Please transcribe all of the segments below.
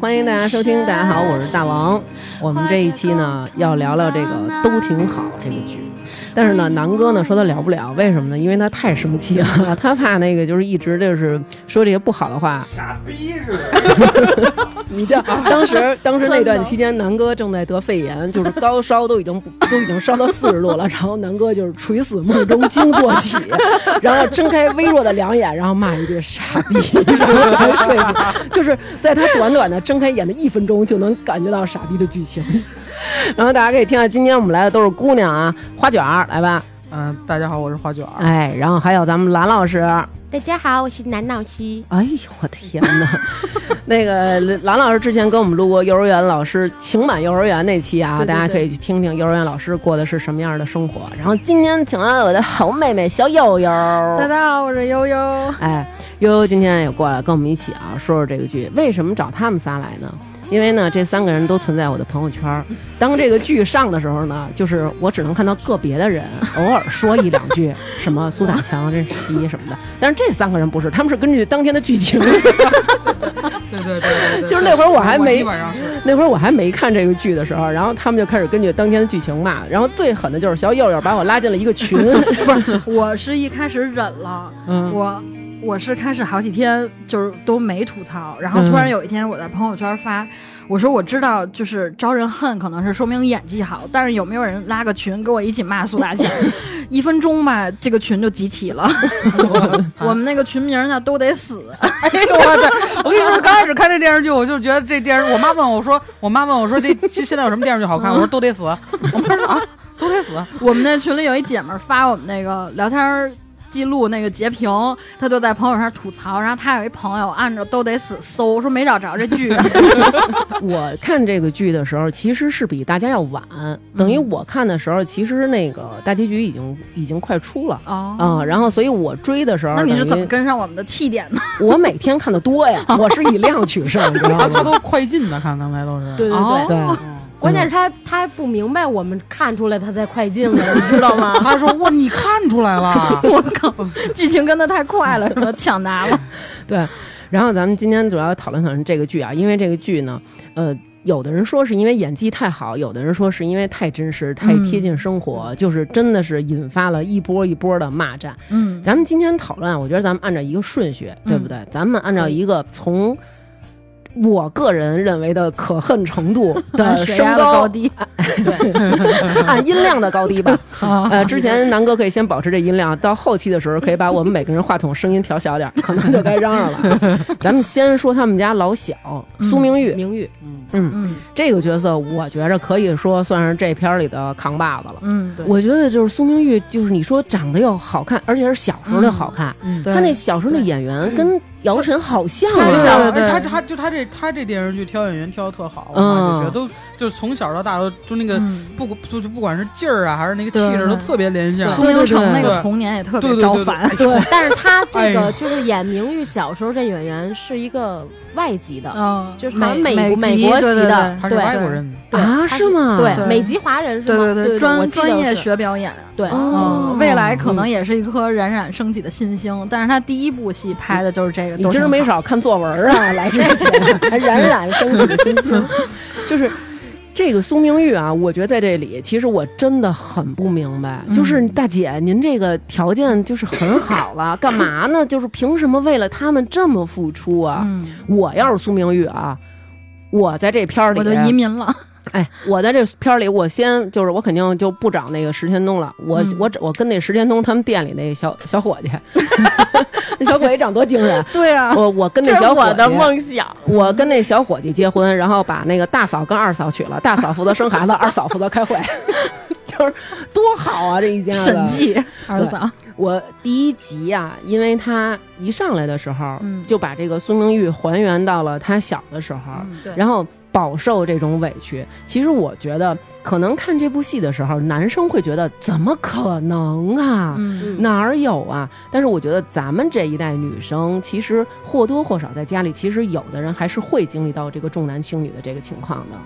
欢迎大家收听。大家好，我是大王。我们这一期呢，要聊聊这个《都挺好》这个剧。但是呢，南哥呢说他聊不了，为什么呢？因为他太生气 了，他怕那个就是一直就是说这些不好的话。傻逼似的。 你知道，当时 当时那段期间，南哥正在得肺炎，就是高烧都已经不都已经烧到四十度了。然后南哥就是垂死梦中惊坐 起，然后睁开微弱的两眼，然后骂一句“傻逼”，然后才 睡去。就是在他短短的睁开眼的一分钟，就能感觉到傻逼的剧 情。然后大家可以听下，今天我们来的都是姑娘啊，花卷儿来吧，嗯、大家好，我是花卷儿。哎，然后还有咱们兰老师，大家好，我是南老师。哎呦我天 哪！那个兰老师之前跟我们录过幼儿园老师情满幼儿园那期啊，对大对家可以去听听幼儿园老师过的是什么样的生活。然后今天请来了我的好妹妹小悠悠，家好，我是悠悠。哎，悠悠今天也过来跟我们一起啊，说说这个剧为什么找他们仨来呢？因为呢，这三个人都存在我的朋友圈儿。当这个剧上的时候呢，就是我只能看到个别的 人偶尔说一两句，什么苏打强这傻逼什么的。但是这三个人不是，他们是根据当天的剧 情。对对对对对就是那会儿我还没基本上是那会儿我还没看这个剧的时候，然后他们就开始根据当天的剧情骂。然后最狠的就是小友友把我拉进了一个群，不是，我是一开始忍了， 嗯，我我是开始好几天就是都没吐槽，然后突然有一天我在朋友圈发，我说我知道就是招人恨可能是说明演技好，但是有没有人拉个群跟我一起骂苏大强？一分钟吧，这个群就集齐了。我们那个群名叫都得死，哎呦我操！我跟你说，刚开始看这电视剧，我就觉得这电视，我妈问我说，我妈问我说这这现在有什么电视剧好看？我说都得死。我妈说 啊，都得死。我们那群里有一姐们儿发我们那个聊天儿记录那个截屏，她就在朋友圈吐槽，然后她有一朋友按着都得死搜，说没找着这剧， 我看这个剧的时候其实是比大家要晚，嗯等于我看的时候，其实那个大结局已经已经快出了。哦啊、然后所以我追的时候，那你是等于怎么跟上我们的气点的？ 我每天看的多 呀，我是以量取胜，你知道他吗？他都快进的，看刚才都是。嗯对对对，哦对，嗯 关键是他他还不明白，我们看出来他在快进了，你知道吗？他说哇，你看出来 了。我靠， 剧情跟的太快了， 是吧？抢答了，对，然后咱们今天主要讨论讨论这个剧啊，因为这个剧呢，呃，有的人说是因为演技太好，有的人说是因为太真实、太嗯贴近生活，就是真的是引发了一波一波的骂战。嗯，咱们今天讨论啊，我觉得咱们按照一个顺序，对不对？咱们按照一个从。我个人认为的可恨程 度呃的血呃升压的高，高低，对， 按音量的高低 吧。呃，之前南哥可以先保持这音量，到后期的时候可以把我们每个人话筒声音调小 点儿，可能就该嚷嚷了。 咱们先说他们家老小苏明玉，名誉，嗯这个角色，我觉着可以说算是这片儿里的扛把子了。嗯，对我觉得就是苏明玉，就是你说长得又好看，而且是小时候的好看。嗯，他那小时候的演员跟姚晨好像他啊，小对对对他哎他就他这他这电视剧挑演员挑的特好，我嗯妈就觉得都就是从小到大都就那个嗯不就就不管是劲儿啊还是那个气对质对都特别连线。苏明成那个童年也特对别对招对 烦，对，哎呦但是他这哎个就是演名誉小时候这演员是一个外籍的，嗯，就是好像美美美籍国籍对对的他是对外国人，对啊他是吗对，对美籍华人是对吗？对对对，我专记得专业是学表演。对。哦嗯，未来可能也是一颗冉冉升起的新星，但是他第一部戏拍的就是这个。嗯你都今挺儿好没少看作文啊，来之前 还冉冉升起的星星，就是。这个苏明玉啊，我觉得在这里，其实我真的很不明白，嗯就是大姐，您这个条件就是很好了，干嘛呢？就是凭什么为了他们这么付出啊？嗯，我要是苏明玉啊，我在这片儿里，我就移民了。哎，我在这片儿里，我先就是我肯定就不找那个石天东了，我、嗯我我跟那石天东他们店里那小小伙 计，那小伙计长多精神，对啊，我我跟那小伙计，想，我跟那小伙计结婚，然后把那个大嫂跟二嫂娶了，大嫂负责生孩子，二嫂负责开会， 就是多好啊！这一家子审。计儿子，我第一集啊，因为他一上来的时候，嗯就把这个孙明玉还原到了他小的时候，嗯对然后饱受这种委屈。其实我觉得，可能看这部戏的时候，男生会觉得怎么可能啊？嗯嗯哪儿有啊？但是我觉得咱们这一代女生，其实或多或少在家里，其实有的人还是会经历到这个重男轻女的这个情况的。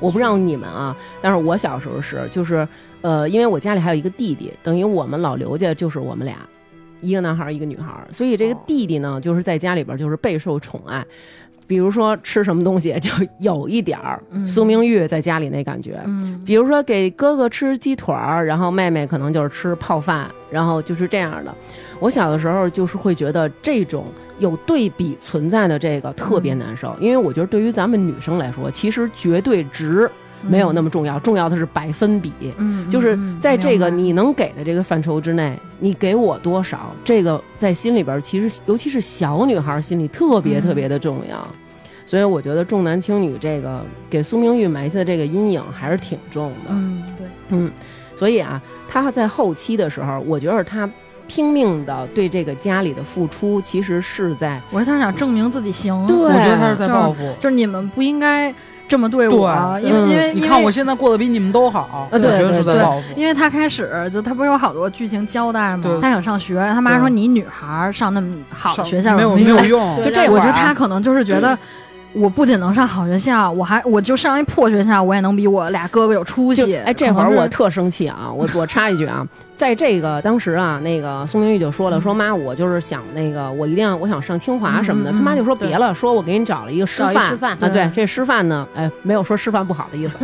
我不知道你们啊，但是我小时候是，就是呃，因为我家里还有一个弟弟，等于我们老刘家就是我们俩。一个男孩儿，一个女孩儿，所以这个弟弟呢，就是在家里边儿就是备受宠爱。比如说吃什么东西，就有一点儿苏明玉在家里那感觉。嗯，比如说给哥哥吃鸡腿儿，然后妹妹可能就是吃泡饭，然后就是这样的。我小的时候就是会觉得这种有对比存在的这个特别难受，因为我觉得对于咱们女生来说，其实绝对值没嗯有那么重要，重要的是百分比。嗯，嗯，就是嗯在这个明白你能给的这个范畴之内，你给我多少，这个在心里边儿其实，尤其是小女孩儿心里特别嗯特别的重要。所以我觉得重男轻女这个给苏明玉埋下的这个阴影还是挺重的。嗯嗯，所以啊，他在后期的时候，我觉得他拼命的对这个家里的付出，其实是在我说他是想证明自己行，对我觉得他是在就是报复。就是你们不应该这么对我，对因为、嗯因为你因看我为现在过得比你们都好，呃对我觉得是在对报复。因为他开始就他不是有好多剧情交代吗对？他想上学，他妈对说你女孩儿上那么好的上学校没有没没有用，就这我会觉儿得啊他可能就是觉得。我不仅能上好学校，嗯我还我就上一破学校，我也能比我俩哥哥有出就息。哎，这会可儿能我是特生气啊！我我插一句啊，在这个当时啊，那个宋明玉就说了，说妈，我就是想那个，我一定要我想上清华什么的。嗯嗯嗯他妈就说别了，说我给你找了一个师找一范，师范啊，对对，这师范呢，哎，没有说师范不好的 意思。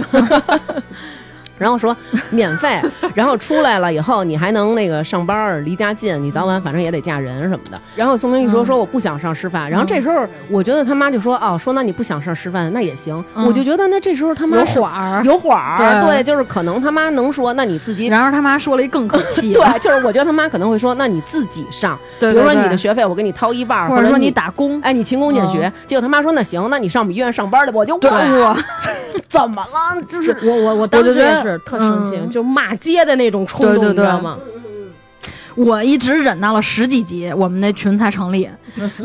然后说免费，然后出来了以后你还能那个上班儿，离家近，你早晚反正也得嫁人什么的。然后宋明玉说嗯说我不想上师范，然后这时候我觉得他妈就说哦，说那你不想上师范那也行，嗯我就觉得那这时候他妈有是缓儿，有火儿，对就是可能他妈能说，那你自己。 然后他妈说了一更可气的，对， 就是我觉得他妈可能会说，那你自己上，对，比如说对你的，学费我给你掏一半儿，对或者者说你你，打工，哎，你勤工俭学。结果他妈说那行，那你上我们医院上班去吧。我就哇，怎么了？就就是是我我我当时觉得也是特生气，嗯就骂街的那种冲对动，对你知对道吗？我一直忍到了十几集，我们那群才成立，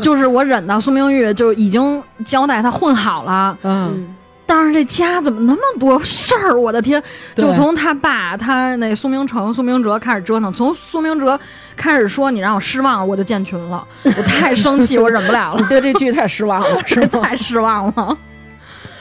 就是我忍到苏明玉就已经交代他混好了，嗯，嗯，但是这家怎么那么多事儿？我的天！对就从他爸他那苏明成、苏明哲开始折腾，从苏明哲开始说你让我失望了，我就建群了，我太生气，我忍不了了 你，对这剧太失望了，是真吗？太失望了。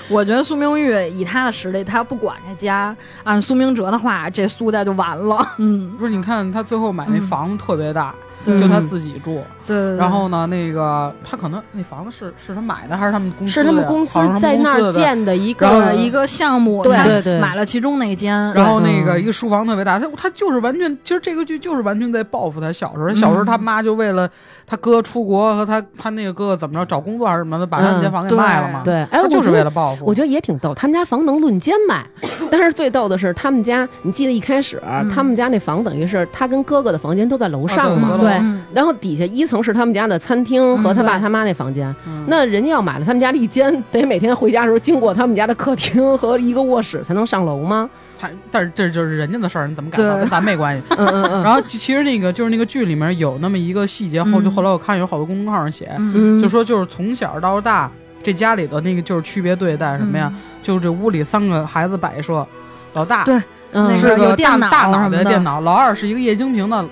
我觉得苏明玉以他的实力，他不管这家，按苏明哲的话，这苏家就完了。嗯，不是，你看他最后买那嗯房子特别大，对就他自己住。对对对然后呢，那个他可能那房子是是他买的还是他们公司是他们的公好像司是在他们那公司儿的建的一然后个一个项目，对他对对买了其中那一间，然后那个嗯一个书房特别大，他他就是完全，其实这个剧就是完全在报复他小时候。小时候他妈就为了他哥出国和他他那个哥哥怎么着找工作还是什么的，把他们家房给卖了嘛。对，哎，他我就是觉得为了报复。我觉得也挺逗，他们家房能论间卖，但是最逗的是他们家，你记得一开始、他们家那房等于是他跟哥哥的房间都在楼上嘛，啊对对嗯然后底下一层是他们家的餐厅和他爸他妈那房间，嗯那人家要买了他们家的一间，得每天回家的时候经过他们家的客厅和一个卧室才能上楼吗？他但是这就是人家的事儿，你怎么改对了跟咱没关系。嗯嗯嗯，然后其其实那个就是那个剧里面有那么一个细节，后嗯就后来我看有好多公众号上写，嗯，嗯，就说就是从小到大这家里的那个就是区别对待什么呀，就是这屋里三个孩子摆设，老大嗯对嗯那是有个电大脑大什脑么袋的电脑，老二是一个液晶屏的，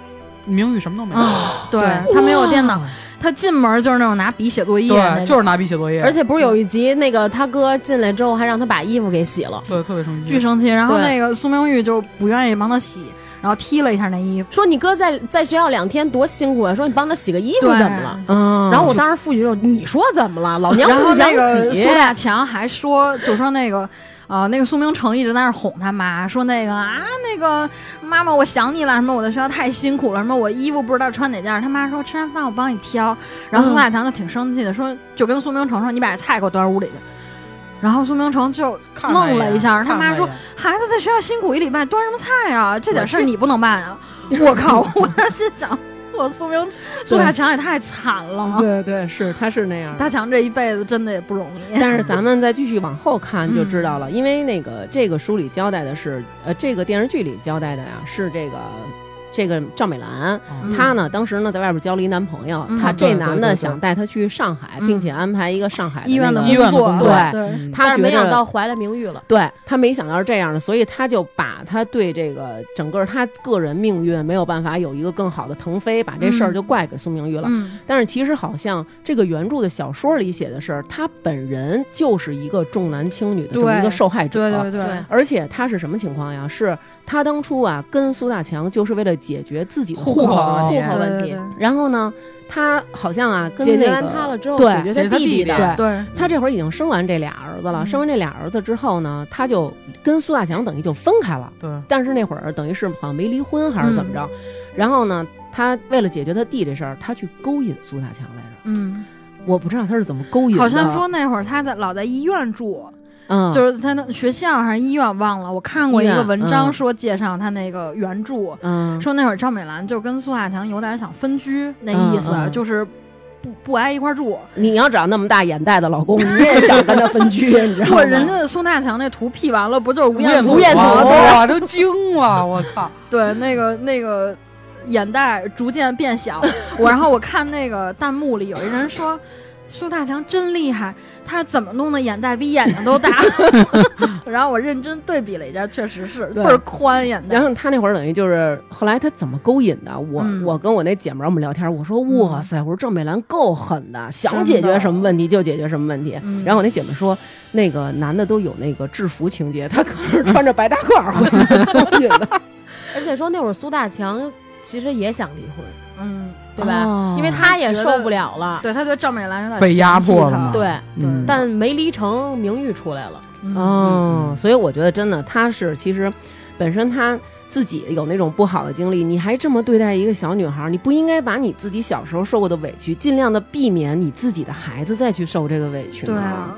明宇什么都没有。啊，对他没有电脑，他进门就是那种拿笔写作业那对，种，就是拿笔写作业，而且不是有一集那个他哥进来之后还让他把衣服给洗了，对特别生气，巨生气。然后对那个苏明玉就不愿意帮他洗，然后踢了一下那衣服，说你哥在在学校两天多辛苦啊，说你帮他洗个衣服对怎么了？嗯，然后我当时妇女就你说怎么了？老娘然后不想那个洗苏，大强还说，就说那个。啊、那个苏明成一直在那儿哄他妈，说那个啊，那个妈妈，我想你了，什么我在学校太辛苦了，什么我衣服不知道穿哪件儿，他妈说吃完饭我帮你挑，然后嗯苏大强就挺生气的，说就跟苏明成说你把菜给我端屋里去，然后苏明成就看愣了一下，眼他妈看了一说眼孩子在学校辛苦一礼拜，端什么菜啊？这点我事儿你不能办啊！我靠，我当时心想， 我苏明苏大强也太惨了，对对是他是那样大强这一辈子真的也不容 易。但是咱们再继续往后看就知道了，因为那个这个书里交代的是，呃，这个电视剧里交代的呀是这个这个赵美兰，嗯她呢当时呢在外边交了一男朋友，嗯她这对对男对的对想带她去上海，嗯并且安排一个上海医院那的个医嗯院的作工，作对嗯她但觉是得没想到怀了明玉了。对他没想到是这样的，所以他就把他对这个整个他个人命运没有办法有一个更好的腾飞，把这事儿就怪给苏明玉了。嗯，但是其实好像这个原著的小说里写的是，他本人就是一个重男轻女的这么一对个受害者。 对对对对，而且他是什么情况呀？是他当初啊跟苏大强就是为了解决自己的户口口问户题口问对题对对。然后呢，他好像啊跟解那决完个他了之后，对解决解决他弟弟弟的，对对，他这会儿已经生完这俩儿子了，嗯生完这俩儿子之后呢，他就跟苏大强等于就分开了。对，但是那会儿等于是好像没离婚还是怎么嗯着，然后呢，他为了解决他弟这事儿，他去勾引苏大强来着。嗯，我不知道他是怎么勾引的，好像说那会儿他在老在医院住，嗯，就是他那学校还是医院忘了，我看过一医个院文嗯章说介绍他那个原著，嗯说那会儿赵美兰就跟苏大强有点想分居那嗯意思，嗯就是不不挨一块儿住。你要找那么大眼袋的老公，你也想跟他分 居，你知道吗？如果人家苏大强那图 P 完了，不就是吴彦彦祖祖？吴彦祖啊对我都惊了，我靠！对，那个那个眼袋逐渐变小。我然后我看那个弹幕里有一人说。苏大强真厉害，他是怎么弄的眼袋比眼睛都大？ 然后我认真对比了一下，确实是对倍儿宽眼袋。然后他那会儿等于就是后来他怎么勾引的？我、嗯我跟我那姐们儿我们聊天，我说哇塞，我说郑美兰够狠的，想解决什么问题就解决什么问题。嗯然后我那姐们儿说，那个男的都有那个制服情节，他可能是穿着白大褂儿回去勾引的，而且说那会儿苏大强其实也想离婚，嗯，对吧？哦因为他也受不了了，对，他觉得赵美兰有点被压迫了嫌弃嘛他对，嗯但没离成，名誉出来了。嗯哦，嗯所以我觉得真的他是其实本身他自己有那种不好的经历，你还这么对待一个小女孩儿，你不应该把你自己小时候受过的委屈，尽量的避免你自己的孩子再去受这个委屈呢。对啊，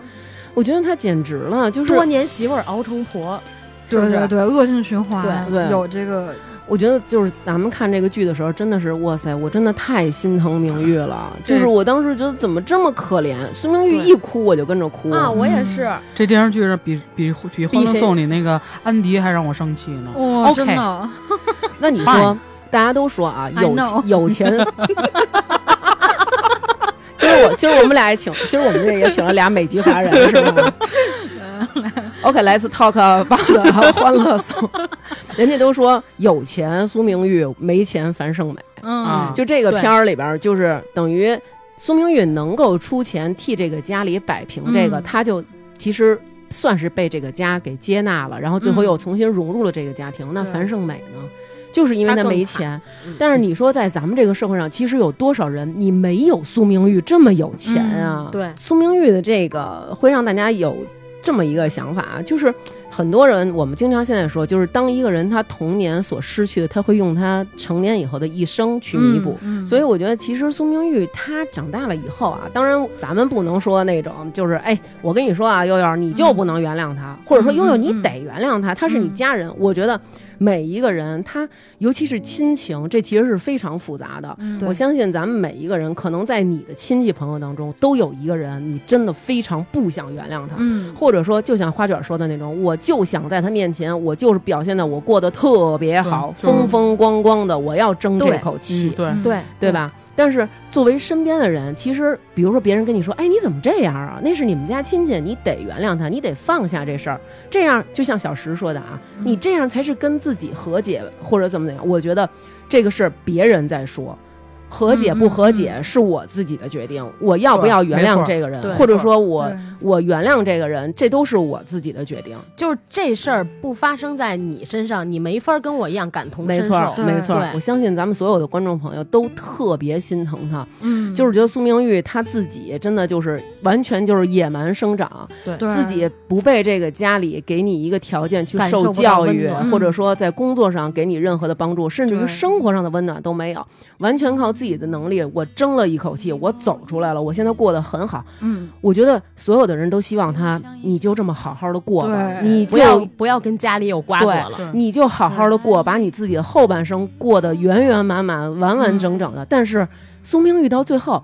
我觉得他简直了，就是多年媳妇儿熬成婆，是不对是对对，恶性循环，对对有这个，我觉得就是咱们看这个剧的时候，真的是哇塞，我真的太心疼明玉了，就是我当时觉得怎么这么可怜，孙明玉对一哭我就嗯跟着哭啊，我也是，这电视剧是比比比《欢乐谁颂》里那个安迪还让我生气呢。嗯哇 OK 真的，啊那你说 Fine，大家都说啊， I 有 know 有钱。今儿我今儿我们俩也请，今儿我们这也请了俩美籍华 人，是吗？OK，来自 Talk About 的欢乐颂，人家都说有钱苏明玉，没钱樊胜美。啊嗯，就这个对片儿里边儿，就是等于苏明玉能够出钱替这个家里摆平这个，嗯他就其实算是被这个家给接纳了，然后最后嗯又重新融入了这个家庭。那对樊胜美呢？就是因为她他更没惨钱，嗯但是你说在咱们这个社会上，其实有多少人你没有苏明玉这么有钱啊？嗯对苏明玉的这个会让大家有这么一个想法，啊就是很多人我们经常现在说，就是当一个人他童年所失去的，他会用他成年以后的一生去弥补。嗯，嗯所以我觉得，其实苏明玉她长大了以后啊，当然咱们不能说那种就是，哎，我跟你说啊，悠悠你就不能原谅他，或者说嗯悠悠你嗯得原谅他，他是你嗯家人。我觉得每一个人，他尤其是亲情，这其实是非常复杂的。嗯我相信咱们每一个人，可能在你的亲戚朋友当中，都有一个人，你真的非常不想原谅他。嗯，或者说，就像花卷说的那种，我就想在他面前，我就是表现的我过得特别好，对就是风风光光的，我要争这对口气。嗯，对，嗯对对？吧？但是作为身边的人，其实比如说别人跟你说：“哎，你怎么这样啊？那是你们家亲戚，你得原谅他，你得放下这事儿。”这样就像小石说的啊，嗯你这样才是跟自己和解或者怎么怎么样。我觉得这个事儿别人在说。和解嗯不嗯和解是我自己的决定，我要不对要原没谅错这个人对，或者说我对我原谅这个人，这都是我自己的决定。就是这事儿不发生在你身上，你没法跟我一样感同没身错受儿，。没错儿对，我相信咱们所有的观众朋友都特别心疼他，嗯，就是觉得苏明玉她自己真的就是完全就是野蛮生长，对自己不被这个家里给你一个条件去感受受不到教育温，嗯暖或者说在工作上给你任何的帮助，甚至于对生活上的温暖都没有，完全靠自己的能力，我争了一口气，我走出来了，我现在过得很好。嗯，我觉得所有的人都希望她，你就这么好好的过吧，对你不要就。不要跟家里有瓜葛对了。对你就好好的过，把你自己的后半生过得圆圆满满、完完整整的。但是苏明玉到最后，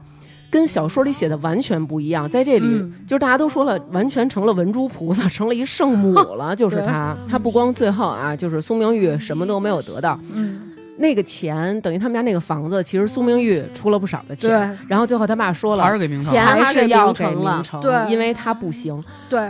跟小说里写的完全不一样，在这里、嗯就是大家都说了，完全成了文殊菩萨，成了一圣母了。就是他，他不光最后啊，就是苏明玉什么都没有得到，嗯，那个钱等于他们家那个房子，其实苏明玉出了不少的钱。对然后最后他爸说了，还是给明成钱还是要给还是给明明成，对因为他不行，对，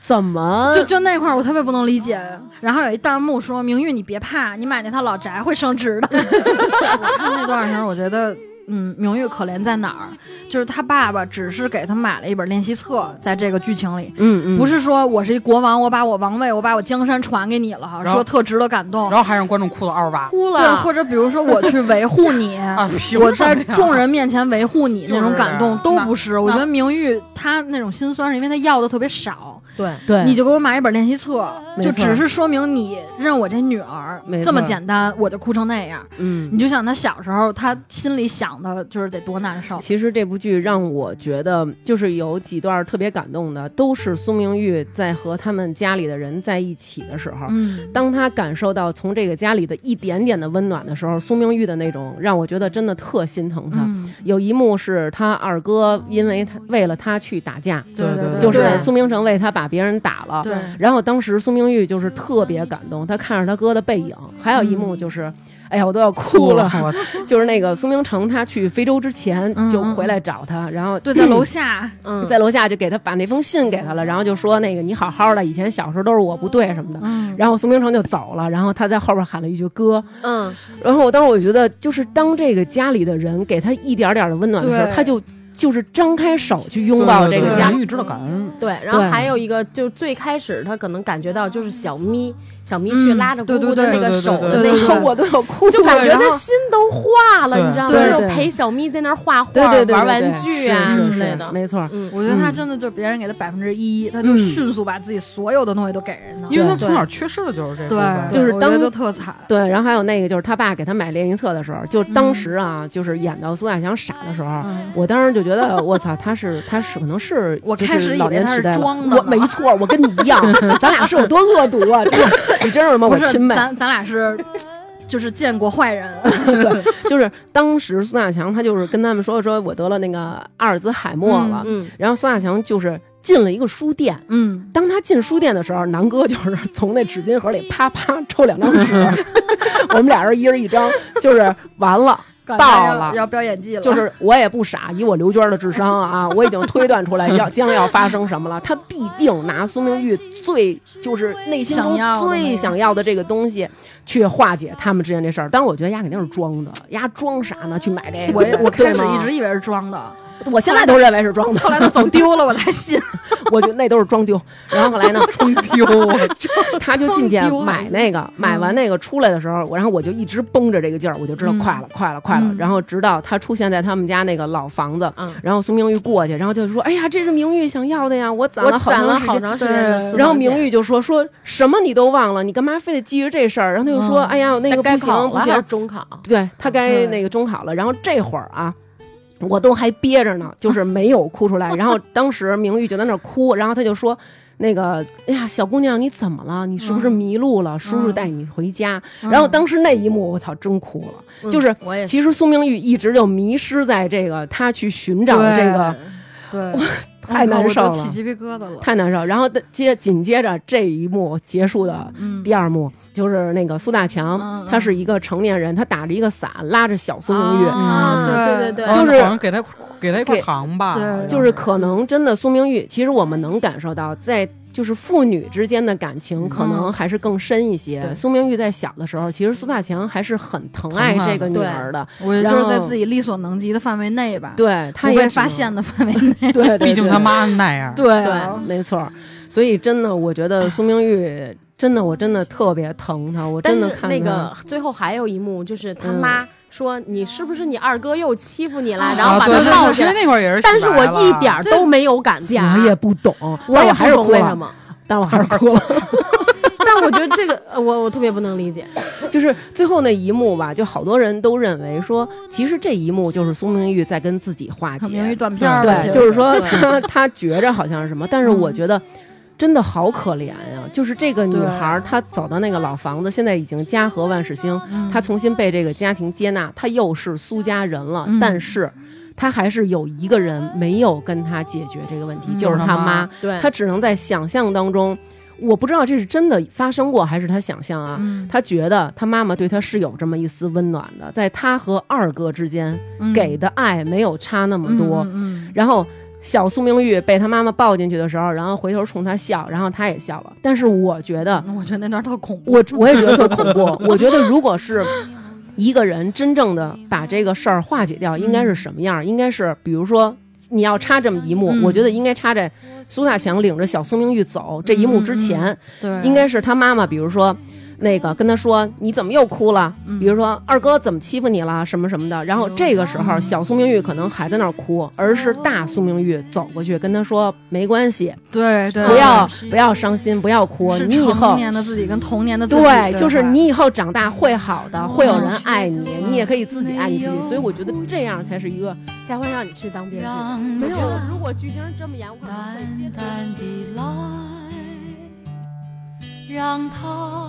怎么嗯就就那块儿我特别不能理解。然后有一弹 幕说：“明玉，你别怕，你买那套老宅会升值的。”我看那段儿时候，我觉得嗯，名誉可怜在哪儿？就是他爸爸只是给他买了一本练习册，在这个剧情里，嗯嗯，不是说我是一国王，我把我王位，我把我江山传给你了，然后说特值得感动嗯然。后还让观众哭了二十八哭对，了，或者比如说我去维护你， 啊！凭嗯我什在么呀众人面前维护你就是啊嗯那种感动都不是。我那觉得明玉她那种心酸是因为她要的特别少，对，对，你就给我买一本练习册，没就错只是说明你认我这女儿没错这么简单，我就哭成那样。嗯你就想她小时候，她心里想的就是得多难受。其实这部剧让我觉得，就是有几段特别感动的，都是苏明玉在和他们家里的人在一起的时候。嗯，当他感受到从这个家里的一点点的温暖的时候，苏明玉的那种让我觉得真的特心疼他。嗯，有一幕是他二哥因为他为了他去打架，对对对，就对是苏明成为他把别人打了。对，然后当时苏明玉就是特别感动，他看着他哥的背影。嗯还有一幕就是，哎呀，我都要哭哭了了，，我就是那个苏明成，他去非洲之前嗯就回来找他，然后对，在楼下，嗯， 在楼下就给他把那封信给他了，然后就说那个你好好的，以前小时候都是我不对什么的。嗯，然后苏明成就走了，然后他在后边喊了一句“哥嗯，”，然后我当时我觉得，就是当这个家里的人给他一点点的温暖的时候，对他就就是张开手去拥抱这对对个对家明，玉知道感恩，对，然后对还有一个，就是最开始他可能感觉到就是小咪，小咪去嗯拉着对姑对姑的那对个对对手对的对那对个 对我都要哭，就感对觉然他后心都化了，对你知道对吗？又对陪小咪在那儿画画、对对对对玩对玩具啊是是之类是的。没错。嗯，我觉得她嗯真的就别人给她百分之一，她就嗯迅速把自己所有的东西都给人了。因为他对从小缺失的就是这部分啊对，就是我觉当得就特惨。对，然后还有那个就是他爸给他买练习册的时候，就当时啊，就是演到苏大强傻的时候，嗯我当时就觉得，我操，他是他是可能是 我就是开始以老为年他痴是呆了装的我呢没错，我跟你 一样，咱俩是有多恶毒啊！真的你真是吗？我不是亲，妹，咱咱俩是就是见过坏人， 就是当时苏大强他就是跟他们说说我得了那个阿尔兹海默了，嗯，然后苏大强就是进了一个书店。嗯，当他进书店的时候，南哥就是 从那纸巾盒里啪啪抽两张纸， 我们俩人一人一张，就是完了。到到了要表演技了，就是我也不傻，以我刘娟的智商啊，我已经推断出来要将要发生什么 了。他必定拿苏明玉最就是内心中想要的那个最想要的这个东西去化解他们之间这事儿。但是我觉得丫肯定是装的，丫装傻呢去买这个。我我对开始吗一直以为是装的，我现在都认为是装的，后来他走丢了，我 才信。我觉得那都是装丢。然后后来呢，装丢， 他就进去买那个，买嗯完那个出来的时候，我然后我就一直绷着这个劲儿，我就知道嗯快了，快了，快了嗯。然后直到他出现在他们家那个老房子嗯，然后苏明玉过去，然后就说：“哎呀，这是明玉想要的呀，我攒我了好攒了长好时间。”长时间的对私房钱。然后明玉就说：“说什么你都忘了，你干嘛非得记着这事儿？”然后他就说：“嗯哎呀，那个该不考行，不了，还行是，中考？对他该那个中考了，然后这会儿啊。我都还憋着呢，就是没有哭出来。然后当时明玉就在那儿哭，然后他就说：“那个，哎呀，小姑娘，你怎么了？你是不是迷路嗯了？叔叔带你回家。然后当时那一幕，我操，真哭了。嗯就是我也是其实苏明玉一直就迷失在这个，他去寻找这个，对，太难受嗯我都了起鸡皮疙瘩了。太难受。然后接紧接着这一幕结束的嗯第二幕，就是那个苏大强，嗯嗯他是一个成年人，他打着一个伞拉着小苏明玉，啊啊，对对对然对，后就是好像给他给他一块给糖吧，对好像就是可能真的苏明玉，其实我们能感受到，在就是父女之间的感情可能还是更深一些。对苏明玉在小的时候，其实苏大强还是很疼爱这个女儿的，我就是在然后自己力所能及的范围内吧，，对，他不也被只能发现，的范围对，内。 对对毕竟他妈那样，对对，哦没错。所以真的，我觉得苏明玉真的，我真的特别疼他，我但真是的看那他个最后还有一幕，就是他嗯妈说：“你是不是你二哥又欺负你了？”然啊后把对他对抱对起其实来。那块儿也是洗白了，但是我一点儿都没有敢嫁，我也不懂，我但也我还是不懂哭为啊什了， 么。但我还是哭了。但我觉得这个呃我我特别不能 理解。 就是最后那一幕吧，就好多人都认为说，其实这一幕就是苏明玉在跟自己化解，名誉断片儿吧，嗯对，其实就是说他他觉着好像是什么，但是我觉得真的好可怜呀、就是这个女孩儿，她走到那个老房子，现在已经家和万事兴，嗯她重新被这个家庭接纳，她又是苏家人了，嗯但是她还是有一个人没有跟她解决这个问题，嗯就是她她妈妈，对，她只能在想象当中。我不知道这是真的发生过还是她想象啊，嗯她觉得她妈妈对她是有这么一丝温暖的，在她和二哥之间给的爱没有差那么多，，嗯嗯嗯嗯然后小苏明玉被他妈妈抱进去的时候，然后回头冲他笑，然后他也笑了。但是我觉得， 嗯嗯我觉得那段特恐怖。我我也觉得特恐怖。我觉得如果是一个人真正的把这个事儿化解掉，应该是什么样儿？应该是比如说。你要插这么一幕，嗯我觉得应该插在苏大强领着小苏明玉走这一幕之嗯前，对，应该是他妈妈，比如说。那个跟他说你怎么又哭了？嗯比如说二哥怎么欺负你了什么什么的。然后这个时候小苏明玉可能还在那儿哭，而是大苏明玉走过去跟他说没关系，对对，嗯不要不要伤心，不要哭，是你以后成年的自己跟童年的自己对，就是话你以后长大会好的，会哦有人爱你，你也可以自己爱你自己。所以我觉得这样才是一个下回让你去当编剧。让我觉我得如果剧情这么演，我可能会接淡着。淡地来，让它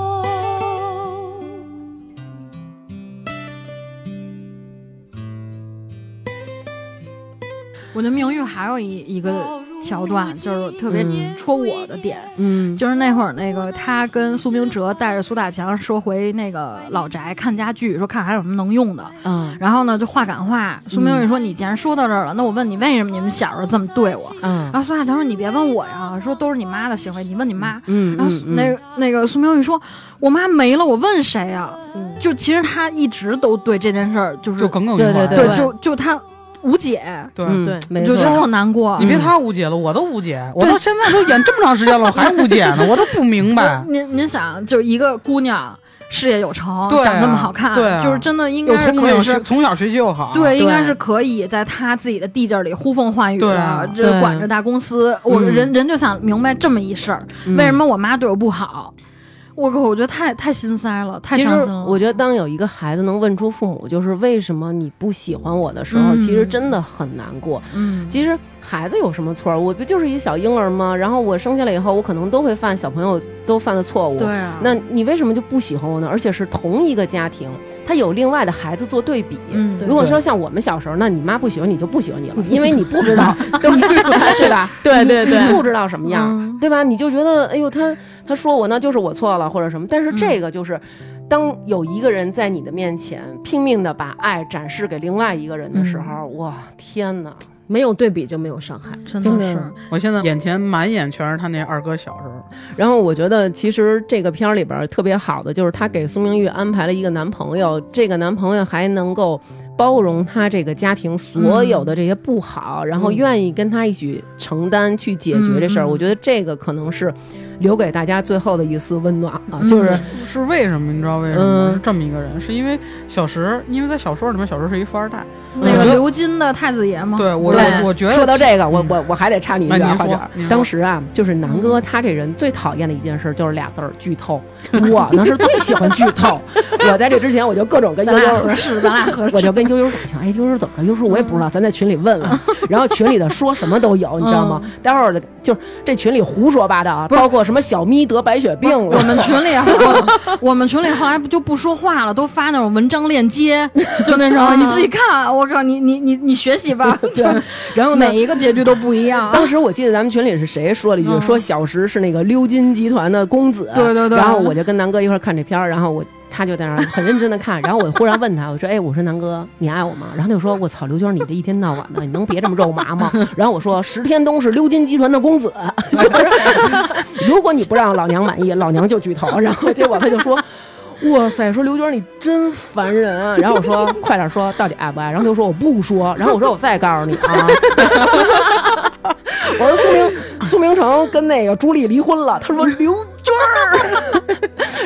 我的命运还有一一个桥段，就是特别嗯戳我的点，嗯就是那会儿那个他跟苏明哲带着苏大强说回那个老宅看家具，说看还有什么能用的。啊然后呢，就话赶话，苏明玉说：“你既然说到这儿嗯了，那我问你，为什么你们小时候这么对我？”啊然后苏大强说：“你别问我呀，说都是你妈的行为，你问你妈。嗯然后嗯那个那个苏明玉说：“我妈没了，我问谁呀、嗯就其实他一直都对这件事儿就是就耿耿于怀。对对对对就就他无解，对嗯对，没就错就。特难过。你别他误解了，我都误解，我到现在都演这么长时间了，我还误解呢，我都不明 白。您您想，就一个姑娘事业有成，对啊长那么好看，对啊就是真的应又该是聪可以明，学是。从小学习又好，对，应该对是可以在她自己的地界儿里呼风唤雨对啊的，这对管着大公司。我嗯人人就想明白这么一事儿，嗯为什么我妈对我不好？我靠，我觉得太太心塞了，太其实伤心了。我觉得，当有一个孩子能问出父母就是为什么你不喜欢我的时候，嗯其实真的很难过。嗯，其实孩子有什么错儿？我不就是一小婴儿吗？然后我生下来以后，我可能都会犯小朋友都犯的错误。对啊，那你为什么就不喜欢我呢？而且是同一个家庭，他有另外的孩子做对比。嗯对如果说像我们小时候，那你妈不喜欢你就不喜欢你了，因为你不知 道，都是对吧？ 对对对，嗯你不知道什么样，对吧？你就觉得哎呦，他他说我呢，就是我错了或者什么。但是这个就是。当有一个人在你的面前拼命的把爱展示给另外一个人的时候，哇，天哪！没有对比就没有伤害。真的真的是，我现在眼前满眼全是他那二哥小时候，然后我觉得，其实这个片儿里边儿特别好的就是她给苏明玉安排了一个男朋友，这个男朋友还能够包容她这个家庭所有的这些不好，嗯然后愿意跟她一起承担去解决这事儿。嗯嗯我觉得这个可能是留给大家最后的一丝温暖啊，嗯就是是为什么？你知道为什么吗？嗯是这么一个人，是因为小时，因为在小说里面，小时候是一富二代。那我个觉得刘金的太子爷吗？对我对，我觉得说到这个，我嗯我我还得插你一句那啊，您花姐说儿您。说当时啊，就是南哥他这人最讨厌的一件事就是俩字儿剧透。我呢是最喜欢剧透，我在这之前我就各种跟悠咱俩悠合适，咱俩合适。我就跟悠悠打听，哎，悠悠怎么了？悠悠说我也不知道，咱在群里问问。然后群里的说什么都有，你知道吗？待会儿就是这群里胡说八道啊，包括什么小咪得白血病了，我们群里后，我们群里后来不就不说话了，都发那种文章链接，就那啊种你自己看。我靠，你你你你学 习吧，就然后呢每一个结局都不一样。当时我记得咱们群里是谁说了一句，啊嗯说小石是那个鎏金集团的公子。啊对对对然后我就跟南哥一块儿看这片儿，然后我他就在那儿很认真的 看，然后我忽然问他，我说：“哎，我说南哥，你爱我吗？”然后他就说：“我操，刘娟，你这一天到晚的，你能别这么肉麻 吗？”然后我说：“石天东是鎏金集团的公子， 就是如果你不让老娘满意，老娘就举头。”然后结果他就说。哇塞！说刘娟你真烦人、啊然后我说快点说到底爱不爱？然后他就说我不说。然后我说我再告诉你啊，我说苏明苏明成跟那个朱莉离婚了，他说刘娟儿，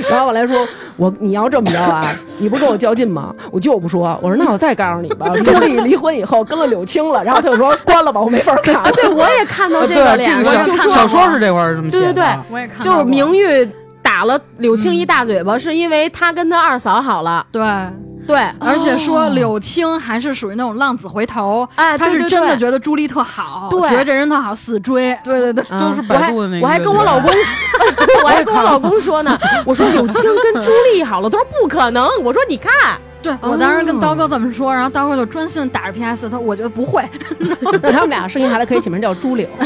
然后我来说我你要这么着啊，你不是跟我较劲吗？我就不说，我说那我再告诉你吧，朱莉离婚以后跟了柳青了，然后他就说关了吧，我没法看了。对，我也看到呃这对个这个俩个小人就小说说是这块儿这么写对的，啊对对，我也看就是明玉打了柳青一大嘴巴，是因为他跟他二嫂好了。对，嗯哦对，而且说柳青还是属于那种浪子回头，哎，他对是对真的对觉得朱莉特好，对觉得这人特好，死追。对对对，啊都是我百还度的那个。嗯我还跟我老公说， 我还跟我老公说呢，我说柳青跟朱莉好了，他说不可能，我说你看， 对我当时跟刀哥这么说，然后刀哥就专心打着 PS，他说我觉得不会， 那他们俩生意孩子可以起名叫 朱柳。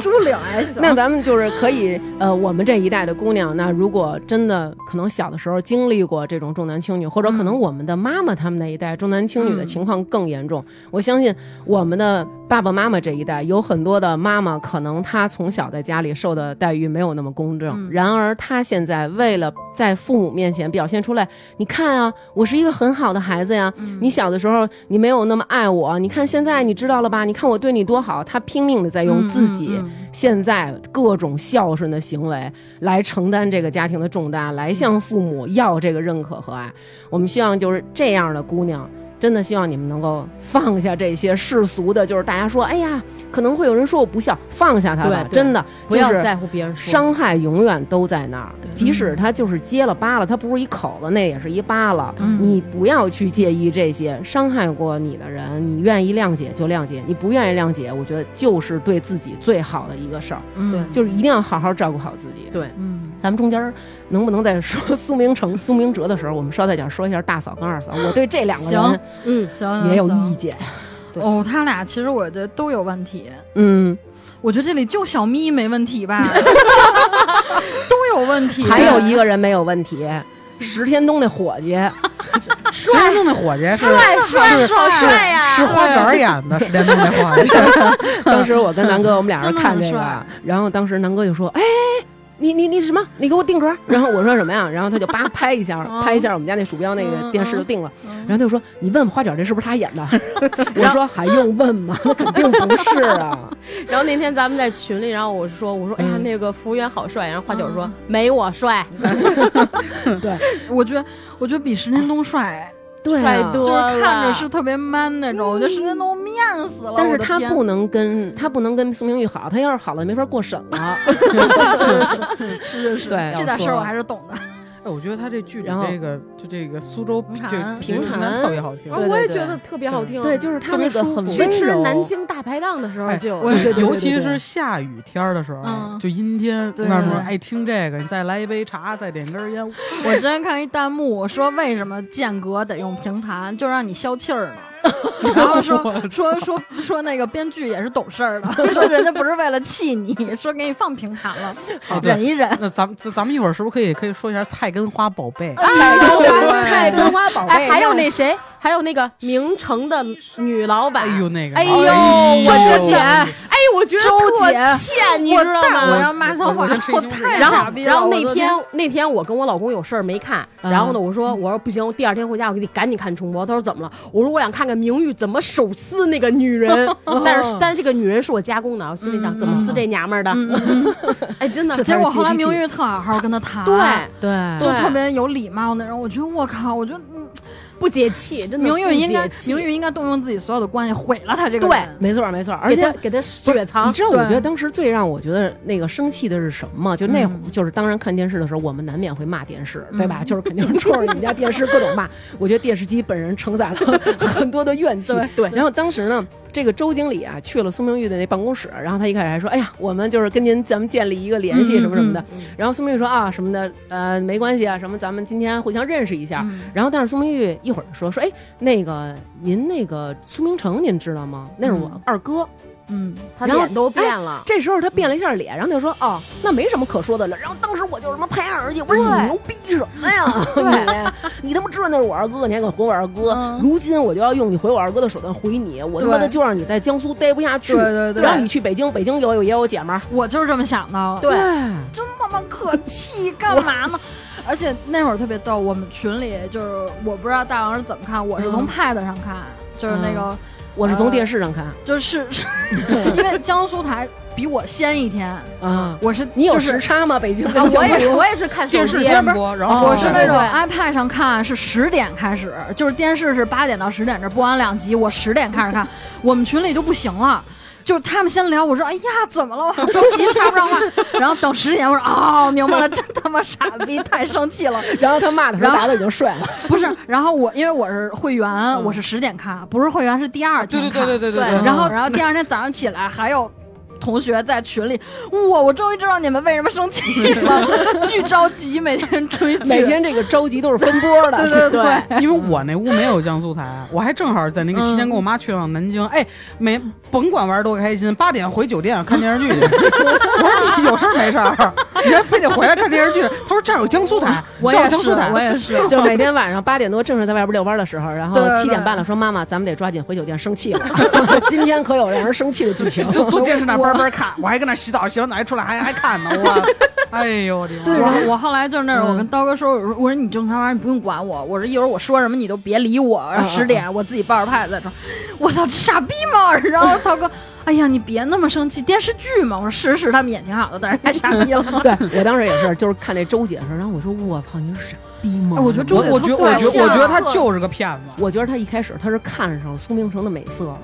猪柳还行。那咱们就是可以，呃，我们这一代的姑娘，那如果真的可能小的时候经历过这种重男轻女，或者可能我们的妈妈他们那一代重男轻女的情况更严重，我相信我们的爸爸妈妈这一代有很多的妈妈，可能她从小在家里受的待遇没有那么公正，嗯然而她现在为了在父母面前表现出来，你看啊，我是一个很好的孩子呀，嗯你小的时候你没有那么爱我，你看现在你知道了吧？你看我对你多好，她拼命的在用自己。嗯嗯现在各种孝顺的行为来承担这个家庭的重担，来向父母要这个认可和爱。我们希望就是这样的姑娘。真的希望你们能够放下这些世俗的，就是大家说，哎呀，可能会有人说我不孝，放下他吧，对对真的不要就是在乎别人说。伤害永远都在那儿，即使他就是结了疤了，他不是一口子，那也是一疤了。嗯你不要去介意这些伤害过你的人，你愿意谅解就谅解，你不愿意谅解，我觉得就是对自己最好的一个事儿，嗯对就是一定要好好照顾好自己。对，嗯咱们中间儿能不能在说 苏明成、苏明哲的时候，我们捎带脚说一下大嫂跟二嫂？我对这两个人嗯，行也有意行见。对哦，他俩其实我觉得都有问题，嗯，我觉得这里就小咪没问题吧，都有问题。还有一个人没有问题，石天东那伙计，石天东那伙计是帅好帅呀！是花园演的，石天东那伙计。 当时我跟南哥，我们俩人看这 真个的很帅，然后当时南哥就说：“哎，你你你什么？你给我定格。”然后我说什么呀？然后他就叭拍一 下，哦拍一下我们家那鼠标那个电视就定了。嗯然后他就说：“你问问花卷这是不是他演的？”我说：“还用问吗？ 那肯定不是 啊。然后那天咱们在群里，然后我说我说哎呀嗯那个服务员好帅，然后花九说没我帅，我觉得我觉得比石天东帅，”对帅啊。多就是了看着是特别 man 那种。我觉得石天东面死了，但是我的他天不能跟他不能跟苏明玉好，他要是好了没法过审了。 是是是，对这要点说事儿我还是懂的。哎，我觉得他这剧里然后这个就这个苏州平就潭平潭潭特别好听啊。对我也对觉得特别好听，对，就是他特别那个舒很服温去吃柔南京大排档的时候哎就我对对尤其对对是下雨天儿的时候，嗯就阴天，对那时候对爱哎听这个，你再来一杯茶，再点根烟， 我之前看一弹幕说为什么间隔得用平潭，就让你消气儿呢？ 然后说说说说那个编剧也是懂事儿的， 说人家不是为了气你，说给你放平潭了，哦对忍一忍。 那咱们咱咱们一会儿是不是可以可以说一下菜根花宝 贝？啊菜根花对菜根花宝贝，哎还有那谁，还有那个明城的女老板，哎呦那个，哎呦，哎我这姐，哎哎，我觉得周特姐欠，你我知道大我吗？要骂脏话，我先吹我胸口太然傻后，逼了。然后我那都天那天我跟我老公有事儿没看，然后呢，我说我说不行，我第二天回家我给你赶紧看重播。他说怎么了？我说我想看看明玉怎么手撕那个女人，但是但是这个女人是我加工的，啊我心里想怎么撕这娘们儿的？ 哎，真的，结果后来明玉特好好跟他谈，对，对就对特别有礼貌那种。我觉得我靠，我觉得嗯不解气，真的明玉应该不解气明玉应该动用自己所有的关系毁了他这个对人。没错儿没错儿，而给且他给他雪你藏，知道，我对觉得当时最让我觉得那个生气的是什么吗？就那会儿，嗯就是当然看电视的时候，我们难免会骂电视，对吧？就是肯定冲着你们家电视各种骂。我觉得电视机本人承 载了很多的怨气。对对然后当时呢，这个周经理啊去了苏明玉的那办公室，然后他一开始还说：“哎呀，我们就是跟您咱们建立一个联系嗯什么什么的。嗯然后苏明玉说：“啊什么的，呃，没关系啊，什么咱们今天互相认识一下。嗯然后，但是苏明玉一会儿说说，哎，那个您那个苏明成您知道吗？那是我嗯二哥。嗯，他然后脸都变了。这时候他变了一下脸，然后他就说：“哦，那没什么可说的了。”然后当时我就什么拍案而起，我说：“对你牛逼什么呀？你你他妈知道那是我二哥，你还敢回我二哥？嗯如今我就要用你回我二哥的手段回你，我他妈对的就让你在江苏待不下去。对对对然后你去北京，北京有有也有姐们儿。我就是这么想的。对真他妈可气，干嘛呢？ 而且那会儿特别逗，我们群里就是我不知道大王是怎么看，我是从 Pad 上看，就是那个、我是嗯从电视上看就是是 因为江苏台比我先一天，啊，我是你有嗯就是时差吗？北京啊跟江我苏也我也是看手电视机，先播，然后哦我是那种对 iPad 上看是十点开始，就是电视是八点到十点这播完两集，我十点开始看，我们群里就不行了。就是他们先聊，我说哎呀怎么了？我好着急插不上话。然后等十点，我说哦明白了，真他妈傻逼，太生气了。然后他骂的时候，然后大家都已经睡了。 不是，然后我因为我是会员，我是十点看，不是会员是第二对对天看。对对对对对，然后然后第二天早上起来还有同学在群里，哇，我终于知道你们为什么生气了， 巨着急，每天追剧，每天这个着急都是分波的，对对对对因为我那屋没有江苏台，我还正好在那个期间嗯跟我妈去趟南京，哎，每甭管玩多开心，八点回酒店看电视剧去。 我说你有事儿没事儿，你还非得回来看电视剧？她说这儿有江苏台，我这儿有也江是苏台，，我也是，就每天晚上八点多正是在外边遛弯的时候，然后对对对七点半了，说妈妈，咱们得抓紧回酒店，生气了。 今天可有让人生气的剧情。就坐电视那叭叭看，我还跟那洗澡，洗完澡一出来还还看呢，我， 哎呦我的妈！对，我我后来就是那种，我跟刀哥说，我说我说你正常玩，你不用管我，我说一会儿我说什么你都别理我，然后嗯嗯十点我自己抱着派在这儿，我操，这傻逼吗？然后涛哥，哎呀，你别那么生气，电视剧嘛，我说是是，他们演挺好的，但是太傻逼了。对我当时也是，就是看那周姐的时候，然后我说我靠，你是傻逼吗？哎我觉得周我姐我觉特我觉像我觉得她就是个骗子，我觉得他一开始他是看上苏明成的美色了，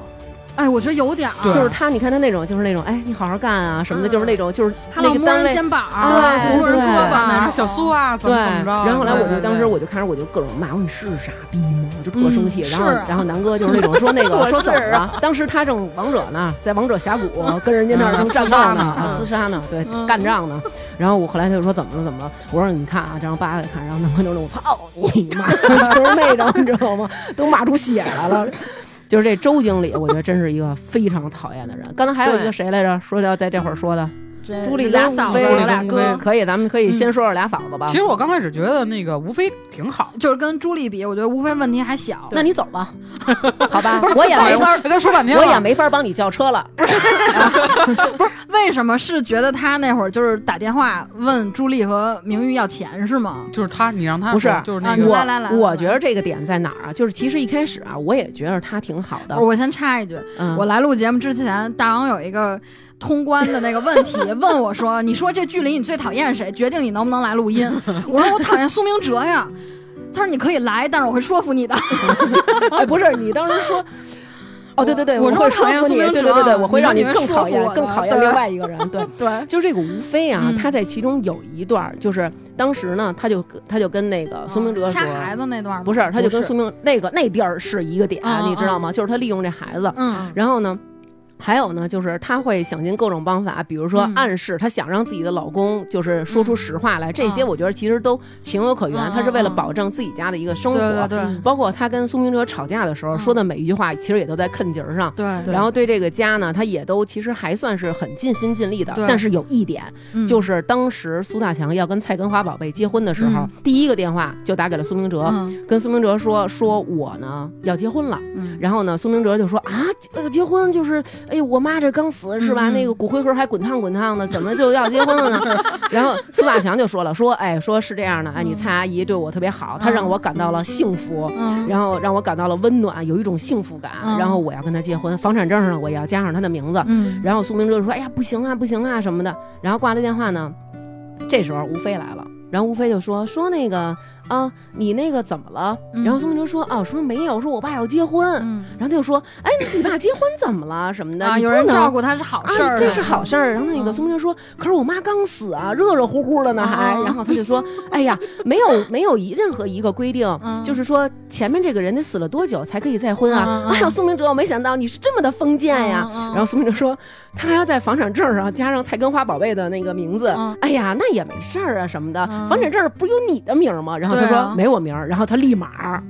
哎，我觉得有点儿，对就是他，你看他那种，就是那种，哎，你好好干啊什么的，嗯就是那种，就是他那老个摸单人位。肩膀啊儿，摸人对对胳膊对那哪种，小苏啊，怎对，么怎么着？然后后来我对就对当时对我就开始我就各种骂，我说你是傻逼吗？我就特生气。嗯然后是啊然后南哥就是那种说那我个是说怎么了？当时他正王者呢，在王者峡谷跟人家那儿嗯正战厮杀斗呢呢，啊嗯厮杀呢，对，干仗呢。然后我后来他就说怎么了怎么了？我说你看啊，这样扒开看，然后南哥就那种操你妈，就是那种你知道吗？都骂出血来了。 就是这周经理，我觉得真是一个非常讨厌的人。刚才还有一个对呃谁来着？说要在这会儿说的，朱朱莉俩跟嫂吴子，非我俩哥。可以，咱们可以先说说俩嫂子吧。其实我刚开始觉得那个无非挺好，就是跟朱莉比，我觉得无非问题还小。那你走 吧，好吧，我也哎没法，我跟他说半天了，我啊也没法帮你叫车了。为什么是觉得他那会儿就是打电话问朱莉和明玉要钱是吗？就是他，你让他不是说就是那啊你个来来来我来觉得这个点在哪儿啊？就是其实一开始啊，我也觉得他挺好的。我先插一句，嗯哦我来录节目之前，大王有一个通关的那个问 题，问我说：“你说这剧里你最讨厌谁，决定你能不能来录音？”我说：“我讨厌苏明哲呀。”他说：“你可以来，但是我会说服你的。哎，不是你当时说。哦，对对对， 我我说会我讨说厌服苏你，明对哲对对对，我会你说让你们更说讨服厌我，更的讨厌对另外一个人。对，” 对，就这个吴非啊嗯，他在其中有一段儿，就是当时呢，他就跟他就跟那个苏明哲说掐，哦孩子那段吗不是，他就跟不是苏明那个那地儿是一个点嗯，嗯你知道吗？就是他利用这孩子，嗯然后呢，还有呢，就是她会想尽各种办法，比如说嗯暗示她想让自己的老公就是说出实话来，这些嗯我觉得其实都情有可原嗯，她是为了嗯嗯保证自己家的一个生对活。对对嗯包括她跟苏明哲吵架的时候嗯说的每一句话，其实也都在坑节儿上。对，然后对这个家呢，她也都其实还算是很尽心尽力的对。但是有一点，嗯就是当时苏大强要跟蔡根华宝贝结婚的时候嗯，第一个电话就打给了苏明哲，嗯跟苏明哲说说我呢要结婚了。嗯然后呢，苏明哲就说啊，呃，结婚就是，哎，我妈这刚死是吧？嗯嗯那个骨灰盒还滚烫滚烫的，怎么就要结婚了 呢？然后苏大强就说了，说，哎，说是这样的，哎，你蔡阿姨对我特别好，她让我感到了幸福。嗯然后让我感到了温暖，有一种幸福感。嗯然后我要跟她结婚，房产证上我也要加上她的名字。嗯然后苏明哲就说：“哎呀，不行啊，不行啊什么的。”然后挂了电话呢，这时候吴飞来了，然后吴飞就说：“说那个啊，你那个怎么了？”嗯然后苏明哲说：“啊，说没有，说我爸要结婚。嗯然后他就说：“哎，你爸结婚怎么了？什么的？啊，你有不人能照顾他是好事啊，儿，这是好事儿。然后那个嗯苏明哲说：“可是我妈刚死啊，热热乎乎的呢还。哦然后他就说：“哎呀，没有没有一任何一个规定，嗯就是说前面这个人得死了多久才可以再婚啊嗯？”嗯哎呀，苏明哲，我没想到你是这么的封建呀。嗯嗯然后苏明哲说：“他还要在房产证上加上菜根花宝贝的那个名字。嗯哎呀，那也没事儿啊什么的，嗯房产证不是有你的名儿吗？”然后他对说：“啊没我名儿。”然后他立马儿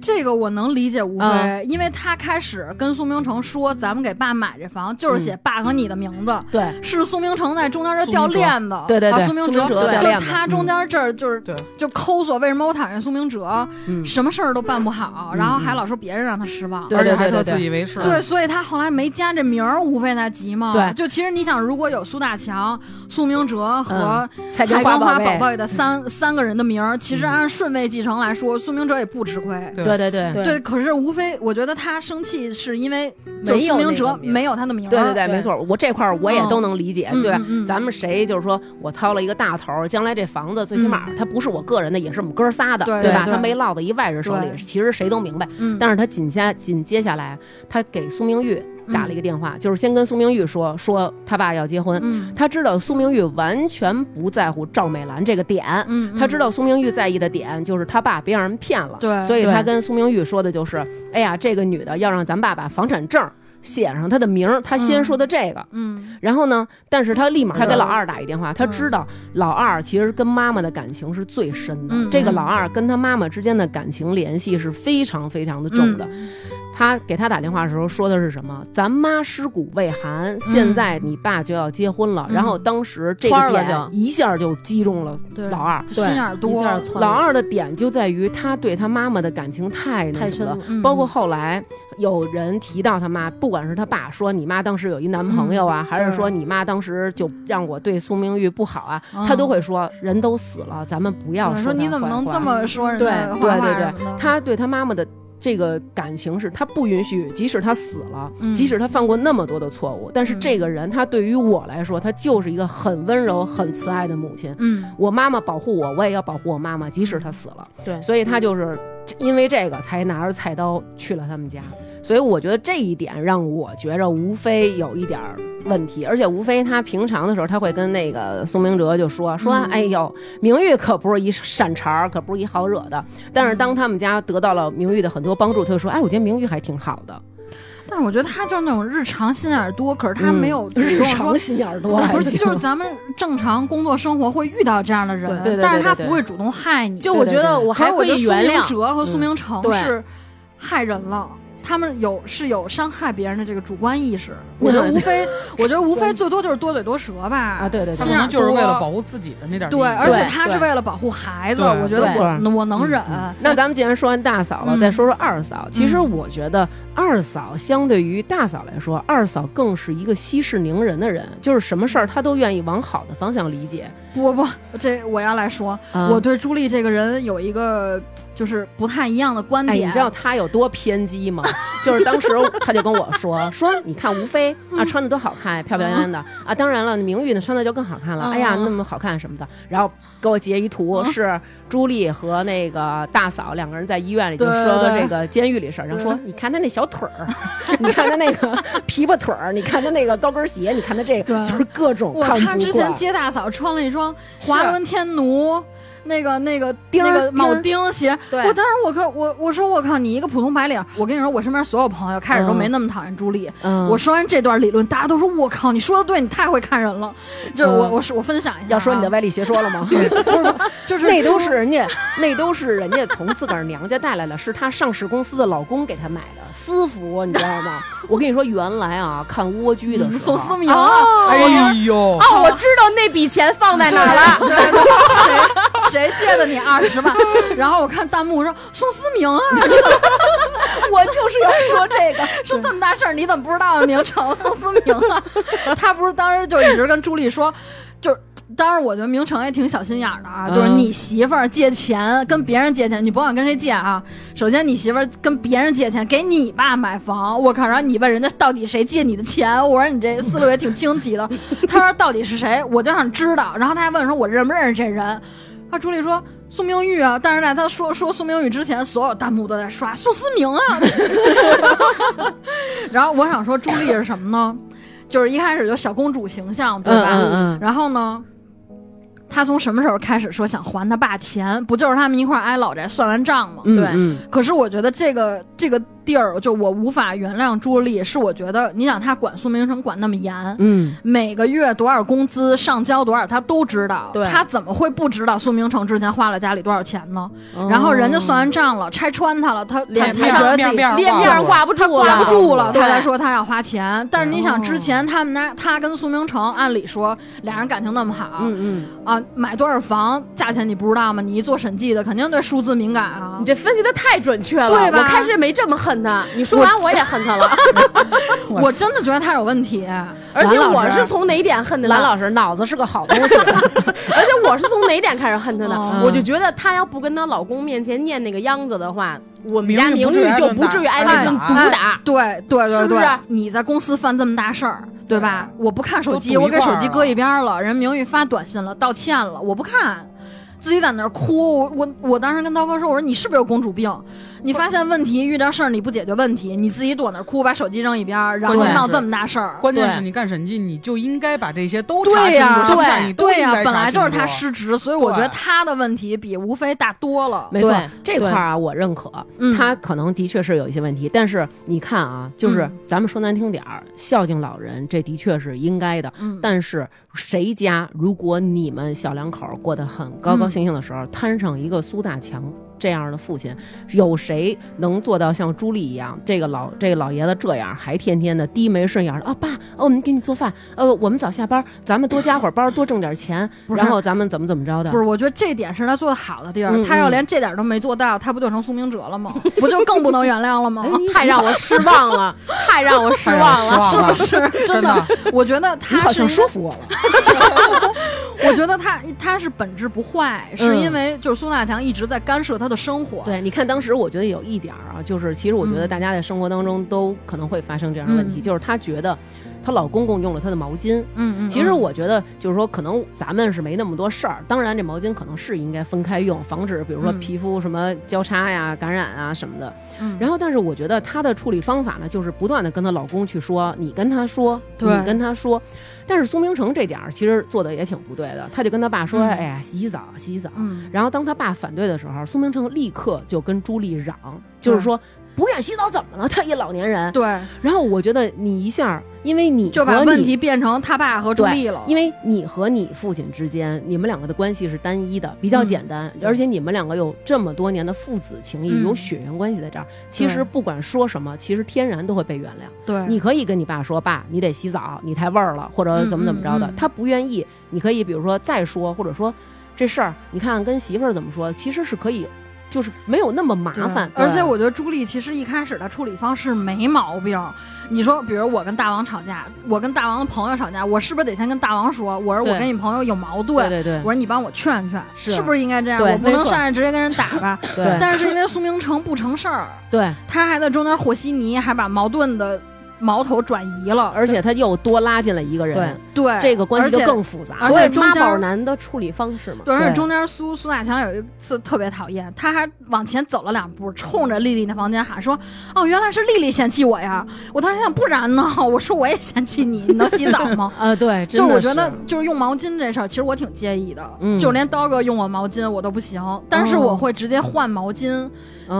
这个我能理解吴非，啊因为他开始跟苏明成说咱们给爸买这房就嗯是写爸和你的名字，对。是苏明成在中间这掉链子，对对对啊苏明苏明哲掉就链是子他中间这儿就是、对就抠索，为什么我讨厌苏明哲，嗯什么事儿都办不好，嗯然后还老说别人让他失望。对而且还特自以为是，对，所以他后来没加这名儿，无非才急嘛。对就其实你想，如果有苏大强、苏明哲和菜根根花宝宝贝，嗯的三三个人的名儿，其实按顺位继承来说，苏明哲也不吃亏。对对对对对对，可是无非我觉得他生气是因为没就是有苏明那哲个名儿没有他的名儿，对对对，对没错，我这块儿我也都能理解，嗯对吧嗯嗯嗯嗯咱们谁就是说我掏了一个大头儿，将来这房子最起码它不是我个人的，也是我们哥仨的，对吧？对它没落到一外人手里对，其实谁都明白。嗯，但是他紧下紧接下来，他给苏明玉打了一个电话，就是先跟苏明玉说说他爸要结婚，嗯他知道苏明玉完全不在乎赵美兰这个点，嗯，他知道苏明玉在意的点就是他爸别让人骗了，对所以他对跟苏明玉说的就是，哎呀，这个女的要让咱爸把房产证儿写上他的名儿，他先说的这个。嗯然后呢，但是他立马他给嗯老二打一电话，他知道老二其实跟妈妈的感情是最深的，嗯这个老二跟他妈妈之间的感情联系是非常非常的重的。嗯他给他打电话的时候说的是什么？咱妈尸骨未寒，现在你爸就要结婚了。嗯然后当时这圈个儿了点就一下就击中了对老二。心眼儿多，老二的点就在于他对他妈妈的感情太那太什深么了了。，嗯包括后来有人提到他妈，不管是他爸说你妈当时有一男朋友嗯啊，还是说你妈当时就让我对苏明玉不好啊，嗯他都会说人都死了，咱们不要对说说你她怎么坏能话嗯这么说人家的对坏话对对什么的他对他妈妈的这个感情是，他不允许，即使他死了，嗯即使他犯过那么多的错误，但是嗯这个人，他对于我来说，他就是一个很温柔、很慈爱的母亲。嗯我妈妈保护我，我也要保护我妈妈，即使她死了。对所以他就是因为这个才拿着菜刀去了他们家。所以我觉得这一点让我觉着吴非有一点儿问题，而且吴非他平常的时候他会跟那个宋明哲就说说，嗯哎呦，明玉可不是一善茬儿，可不是一好惹的。但是当他们家得到了明玉的很多帮助，他就说，哎，我觉得明玉还挺好的，但是我觉得他就是那种日常心眼儿多，可是他嗯没有主日动说常心眼儿多还不是，行就是咱们正常工作生活会遇到这样的人，对对但是对他对不会主动害你。就我觉得我可还是我可觉得以苏原明谅，哲和嗯苏明成对是害人了。他们有是有伤害别人的这个主观意识，我觉得无 非，我觉得无非最多就是多嘴多舌吧。啊，对对他对可心眼能儿就是多为了保护自己的那点利益对，而且他对是为了保护孩子，对我觉得对嗯我我能忍。那咱们既然说完大嫂了，嗯再说说二嫂。其实我觉得二嫂相对于大嫂来说，二嫂更是一个息事宁人的人，就是什么事儿她都愿意往好的方向理解。不不，这我要来说，啊我对朱莉这个人有一个就是不太一样的观哎，嗯点。你知道她有多偏激 吗？就是当时她就跟我说说，你看吴非嗯啊，穿的多好看，漂漂亮亮的啊。当然了，明玉呢穿的就更好看了。嗯哎呀，那么好看什么的。然后给我截一图，是朱莉和那个大嫂两个人在医院里就对说对这个监狱里事儿，然后说你看她那小腿儿， 你看她那个琵琶腿儿，你看她那个高跟鞋，你看她这个，对就是各种哇，看他不之惯前。接大嫂穿了一双华伦天奴，那个那个钉儿那个钉儿铆钉鞋。对我当时我靠我我说我靠你一个普通白领，我跟你说我身边所有朋友开始都嗯没那么讨厌朱莉。嗯，我说完这段理论，大家都说我靠你说的对，你太会看人了。就是我嗯我是我分享一下啊，要说你的歪理邪说了吗？就是那都朱是人家， 那都是人家从自个儿娘家带来的，是她上市公司的老公给她买的私服，你知道吗？我跟你说，原来啊，看蜗居的时候，啊宋思明。哎呦，哦，我知道那笔钱放在哪儿 了。对对，谁谁 借的你二十万？ 然后我看弹幕说宋思 明啊，你怎么我就是要说这个，说这么大事儿，你怎么不知道啊明成宋思明啊？他不是当时就一直跟朱莉说，就是。当然，我觉得明成也挺小心眼儿的啊，就是嗯你媳妇儿借钱跟别人借钱，你甭管跟谁借啊。首先，你媳妇儿跟别人借钱给你爸买房，我靠，然后你问人家到底谁借你的钱，我说你这思路也挺清奇的。他说到底是谁，我就想知道。然后他还问说，我认不认识这人？啊，朱莉说宋明玉啊，但是在他说说宋明玉之前，所有弹幕都在刷宋思明啊， 然后我想说，朱莉是什么呢？就是一开始就小公主形象，对吧？嗯嗯嗯然后呢，她从什么时候开始说想还她爸钱？不就是他们一块儿挨老宅算完账吗？对对，嗯可是我觉得这个这个地儿，就我无法原谅朱莉，是我觉得你想她管苏明成管那么严，嗯，每个月多少工资上交多少，他都知道对。他怎么会不知道苏明成之前花了家里多少钱呢？哦然后人家算完账了，拆穿他了，他他脸才觉得自己面儿脸面儿挂不住了，挂不住了，对他才说他要花钱。但是你想，哦之前他们家他跟苏明成，按理说俩人感情那么好嗯啊，买多少房价钱你不知道吗？你一做审计的肯定对数字敏感啊你。这分析的太准确了，对吧我开始没这么恨他，你说完我也恨他了，我真的觉得他有 问题。而且啊蓝老我师是从哪点恨嗯，的蓝呢？老师脑子是个好东西， 而且我是从哪点开始恨他哦的？我就觉得她要不跟她老公面前念那个秧子的话，我们家明玉明不至于挨顿打玉就不至于挨挨那顿打毒哎打。对对是不对对，是你在公司犯这么大事儿，对吧？我不看手都机，堵我一给块儿手啊机搁一边儿了。人明玉发短信了，道歉了，我不看，自己在那儿哭。我我我当时跟刀哥说，我说你是不是有公主病？你发现问题遇到事儿你不解决问题，你自己躲那儿哭，把手机扔一边儿，然后关键闹是这么大事儿。关键对是你干审计，你就应该把这些都查对清呀、楚，上下你对都对应呀、该查本来就是清他楚失职，所以我觉对得他的问题比吴非大多了。没错对，这块儿啊，我认可嗯，他可能的确是有一些问题，但是你看啊，就是嗯咱们说难听点儿，孝敬老人，这的确是应该的。嗯，但是谁家如果你们小两口过得很高嗯高兴兴的时候，摊上一个苏大强这样的父亲，有谁能做到像朱莉一样，这个老这个老爷子这样，还天天的低眉顺眼儿的啊爸，哦我们给你做饭，呃我们早下班，咱们多加会儿班，多挣点钱，不是然后咱们怎么怎么着的不？是，我觉得这点是他做的好的地儿。嗯他要嗯连这点儿都没做到，他不就成苏明哲了吗？不就更不能原谅了吗？哎哦 太让我失望了，太让我失太望让我失了。望了，是真的的，我觉得他你好是因像说为服我了。我觉得他他是本质不坏，是因为就是苏大强一直在干涉他的生活。嗯对，你看当时我觉得有一点儿啊，就是其实我觉得嗯大家在生活当中都可能会发生这样的问题，嗯就是她觉得她老公公用了她的毛巾。嗯嗯，其实我觉得，就是说，可能咱们是没那么多事儿。当然，这毛巾可能是应该分开用，防止比如说嗯皮肤什么交叉呀、感染啊什么的。嗯然后，但是我觉得她的处理方法呢，就是不断的跟她老公去说，你跟他说，你对跟他说。但是苏明成这点儿其实做的也挺不对的，他就跟他爸说：“嗯哎呀，洗洗澡，洗洗澡。”嗯然后当他爸反对的时候，苏明成立刻就跟朱莉嚷，就是说不愿洗澡怎么了？他一老年人。嗯对，然后我觉得你一下，因为你就把和问你题变成他爸和朱对莉了。因为为你和你父亲之间，你们两个的关系是单一的，比较嗯简单，而且你们两个有这么多年的父子情谊，嗯有血缘关系在这儿。其实对不管说什么，其实天然都会被原谅。对你可以跟你爸说，爸，你得洗澡，你太味儿了，或者怎么怎么着的。嗯嗯嗯他不愿意，你可以比如说再说，或者说这事儿，你看跟媳妇儿怎么说，其实是可以，就是没有那么麻对烦。而且我觉得朱莉其实一开始的处理方式没毛病。你说，比如我跟大王吵架，我跟大王的朋友吵架，我是不是得先跟大王说？我说我对跟你朋友有矛对盾，对对我说你帮我劝劝，嗯是啊是不是应该这样？对我不没能错上来直接跟人打吧？ 对但是因为苏明成不成事儿，对，他还在中间和稀泥，还把矛盾的矛头转移了，而且他又多拉进来一个人，对这个关系就而且更复杂而。所以且中妈间宝男的处理方式嘛，对，而对？且中间苏苏大强有一次特别讨厌，他还往前走了两步，冲着丽丽的房间喊说：“哦，原来是丽丽嫌弃我呀！”我当时想，不然呢？ 我说我也嫌弃你，你能洗澡吗 呃，对，就真的我觉得是，啊就是用毛巾这事儿，其实我挺介意的，嗯哦就连刀哥用我毛巾我都不行，但是我会直接换毛巾，嗯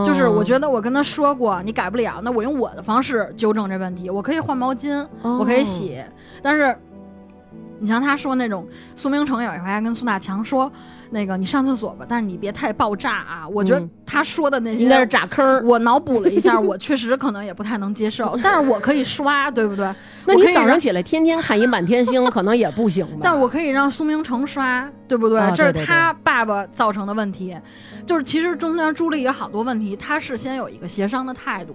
就是我觉得我跟他说过你改不了，那我用我的方式纠正这问题，我可以换毛巾，哦我可以洗，但是你像他说那种，苏明成有一回还跟苏大强说，那个你上厕所吧，但是你别太爆炸啊。我觉得嗯他说的那些应该是炸坑儿。我脑补了一下，我确实可能也不太能接受，但是我可以刷，对不对？那我可你以早上让，起来天天看一满天星，可能也不行吧？但我可以让苏明成刷，对不对？啊对这对是他爸爸造成的问题，就是其实中间朱莉有好多问题，他事先有一个协商的态度。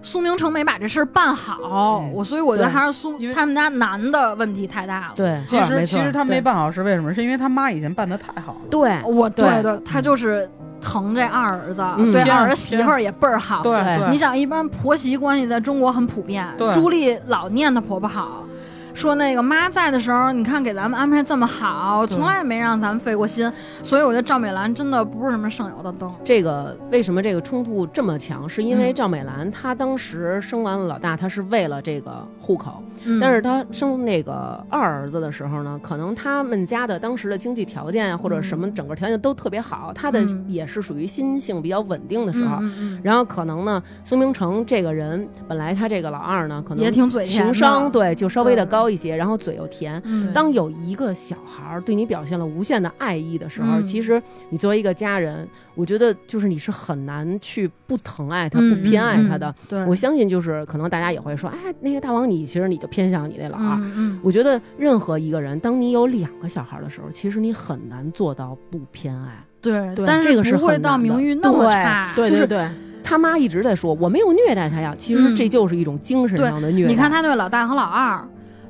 苏明成没把这事儿办好，嗯我所以我觉得对还是苏因为他们家男的问题太大了。对，其没实错其实他没对办好是为什么？是因为他妈以前办的太好了。对我对对对，他就是疼这二儿子，嗯对偏二儿媳妇儿也倍儿好。对对你想，一般婆媳关系在中国很普遍对，朱莉老念她婆婆好。说那个妈在的时候，你看给咱们安排这么好，对从来没让咱们费过心，所以我觉得赵美兰真的不是什么省油的灯。这个为什么这个冲突这么强？是因为嗯赵美兰她当时生完了老大，她是为了这个户口，嗯但是她生那个二儿子的时候呢，可能他们家的当时的经济条件啊或者什么整个条件都特别好，她的嗯也是属于心性比较稳定的时候。啊嗯嗯然后可能呢，苏明成这个人本来他这个老二呢，可嗯能也挺嘴甜的情商，对就稍微的对高一些，然后嘴又甜，嗯，当有一个小孩儿对你表现了无限的爱意的时候，嗯其实你作为一个家人，我觉得就是你是很难去不疼爱他、嗯不偏爱他的。。嗯嗯对，我相信，就是可能大家也会说，哎，那个大王你，其实你就偏向你那老二。嗯嗯，我觉得任何一个人，当你有两个小孩的时候，其实你很难做到不偏爱。对对但这个是不会很难到的名誉那么对差，对就是对，他妈一直在说我没有虐待他呀，其实嗯这就是一种精神对上的虐待。你看他对老大和老二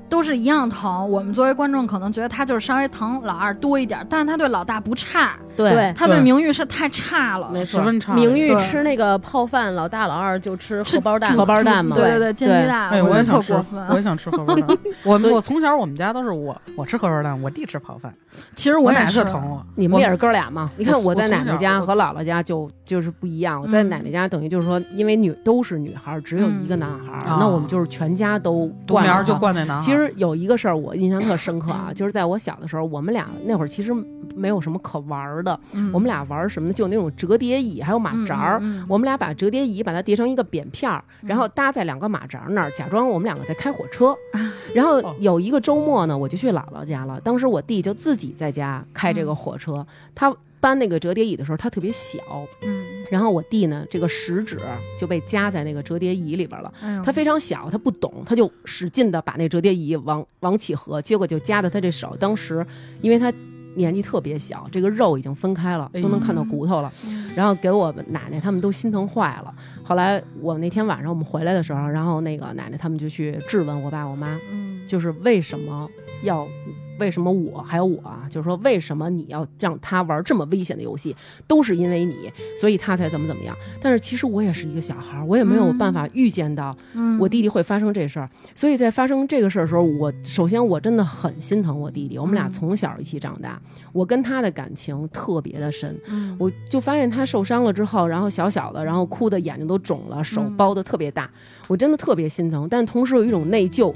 都是一样疼，我们作为观众可能觉得他就是稍微疼老二多一点，但是他对老大不差，对，他对名誉是太差了，没十错。分差。名誉对吃那个泡饭，老大老二就吃荷包蛋嘛，荷包蛋嘛，对对对对，煎鸡蛋，哎，我我觉也得特想吃过，我分。也想吃荷包蛋。我所以我从小我们家都是我我吃荷包蛋，我弟吃泡饭，其实我也奶是特，疼我。你们我也是哥俩嘛？你看我我在我奶奶家从小和姥姥家就就是不一样。我在嗯奶奶家等于就是说，因为女都是女孩儿，只有一个男孩儿，嗯那我们就是全家都独惯苗儿了就哈灌在囊。其实有一个事儿我印象特深刻 啊，就是在我小的时候，我们俩那会儿其实没有什么可玩儿的，嗯我们俩玩儿什么呢？就有那种折叠椅，还有马扎儿。嗯嗯嗯我们俩把折叠椅把它叠成一个扁片儿，嗯然后搭在两个马扎儿那儿，假装我们两个在开火车。然后有一个周末呢，我就去姥姥家了。当时我弟就自己在家开这个火车，他搬那个折叠椅的时候，他特别小，嗯，然后我弟呢，这个食指就被夹在那个折叠椅里边了。哎呦他非常小，他不懂，他就使劲的把那折叠椅往往起合，结果就夹在他这手。当时因为他年纪特别小，这个肉已经分开了，哎都能看到骨头了，嗯然后给我们奶奶他们都心疼坏了。后来我那天晚上我们回来的时候，然后那个奶奶他们就去质问我爸我妈，嗯就是为什么要。为什么我还有我啊？就是说，为什么你要让他玩这么危险的游戏？都是因为你，所以他才怎么怎么样。但是其实我也是一个小孩儿，我也没有办法预见到嗯我弟弟会发生这事儿，所以在发生这个事儿的时候，我首先我真的很心疼我弟弟，我们俩嗯从小一起长大，我跟他的感情特别的深，嗯我就发现他受伤了之后，然后小小的，然后哭的眼睛都肿了，手嗯包的特别大，我真的特别心疼，但同时有一种内疚，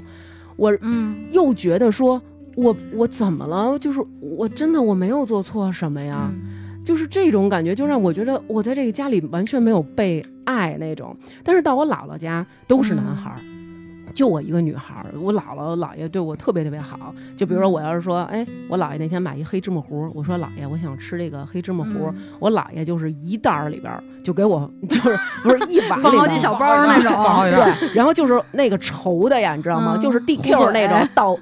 我嗯又觉得说我我怎么了？就是我真的我没有做错什么呀，嗯就是这种感觉，就让我觉得我在这个家里完全没有被爱那种。但是到我姥姥家都是男孩儿。嗯就我一个女孩儿，我姥姥姥爷对我特别特别好。就比如说，我要是说，嗯哎，我姥爷那天买一黑芝麻糊，我说姥爷，我想吃这个黑芝麻糊，嗯我姥爷就是一袋儿里边儿就给我， 就是不是一碗里边儿放好几小包儿那种，放好几袋儿对，然后就是那个稠的呀，你知道吗？嗯就是 DQ 糊那嘴种倒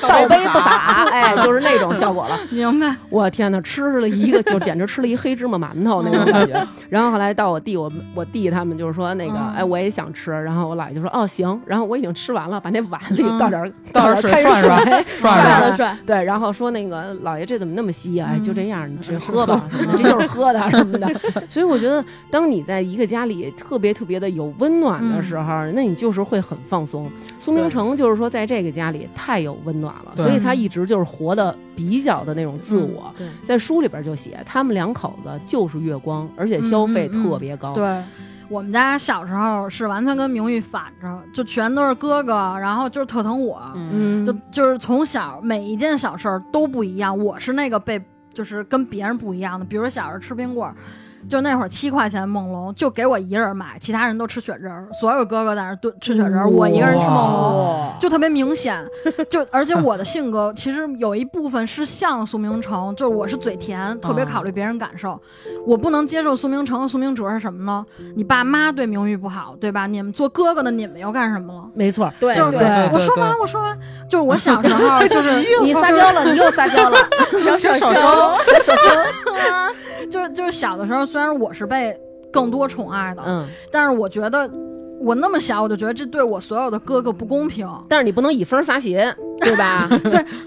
倒倒杯杯不不洒，哎，就是那种效果了。明白？我天哪，吃了一个就简直吃了一黑芝麻馒头那种感觉。然后后来到我弟我们我弟他们就是说那个嗯哎我也想吃，然后我姥爷就说哦行，然后我已经吃完了，把那碗里嗯倒点儿点倒点儿水开涮水涮涮涮涮了了涮，对，然后说那个姥爷这怎么那么稀呀、哎，嗯就这样，你直接喝吧什么的，这就是喝的什么的。所以我觉得，当你在一个家里特别特别的有温暖的时候，那你就是会很放松。苏明成就是说，在这个家里太有温暖了，对所以他一直就是活的比较的那种自我。对在书里边就写，他们两口子就是月光，而且消费特别高。对。我们家小时候是完全跟名誉反着，就全都是哥哥，然后就是特疼我，嗯，嗯，就就是从小每一件小事儿都不一样，我是那个被就是跟别人不一样的，比如说小时候吃冰棍儿。就那会儿七块钱梦龙，就给我一人买，其他人都吃雪人儿。所有哥哥在那儿炖吃雪人儿，我一个人吃梦龙，哇就特别明显。 就而且我的性格其实有一部分是像苏明成，就是我是嘴甜，特嗯别考虑别人感受。我不能接受苏明成、苏明哲是什么呢？你爸妈对名誉不好，对吧？你们做哥哥的你们又干什么了？没错，对就是对我说完，我说完，就是我小 时候就是你撒娇了，你又撒娇了，小手手，小手手，就是 就是小的时候，虽然我是被更多宠爱的，嗯，但是我觉得我那么小，我就觉得这对我所有的哥哥不公平。但是你不能以分撒鞋，对吧？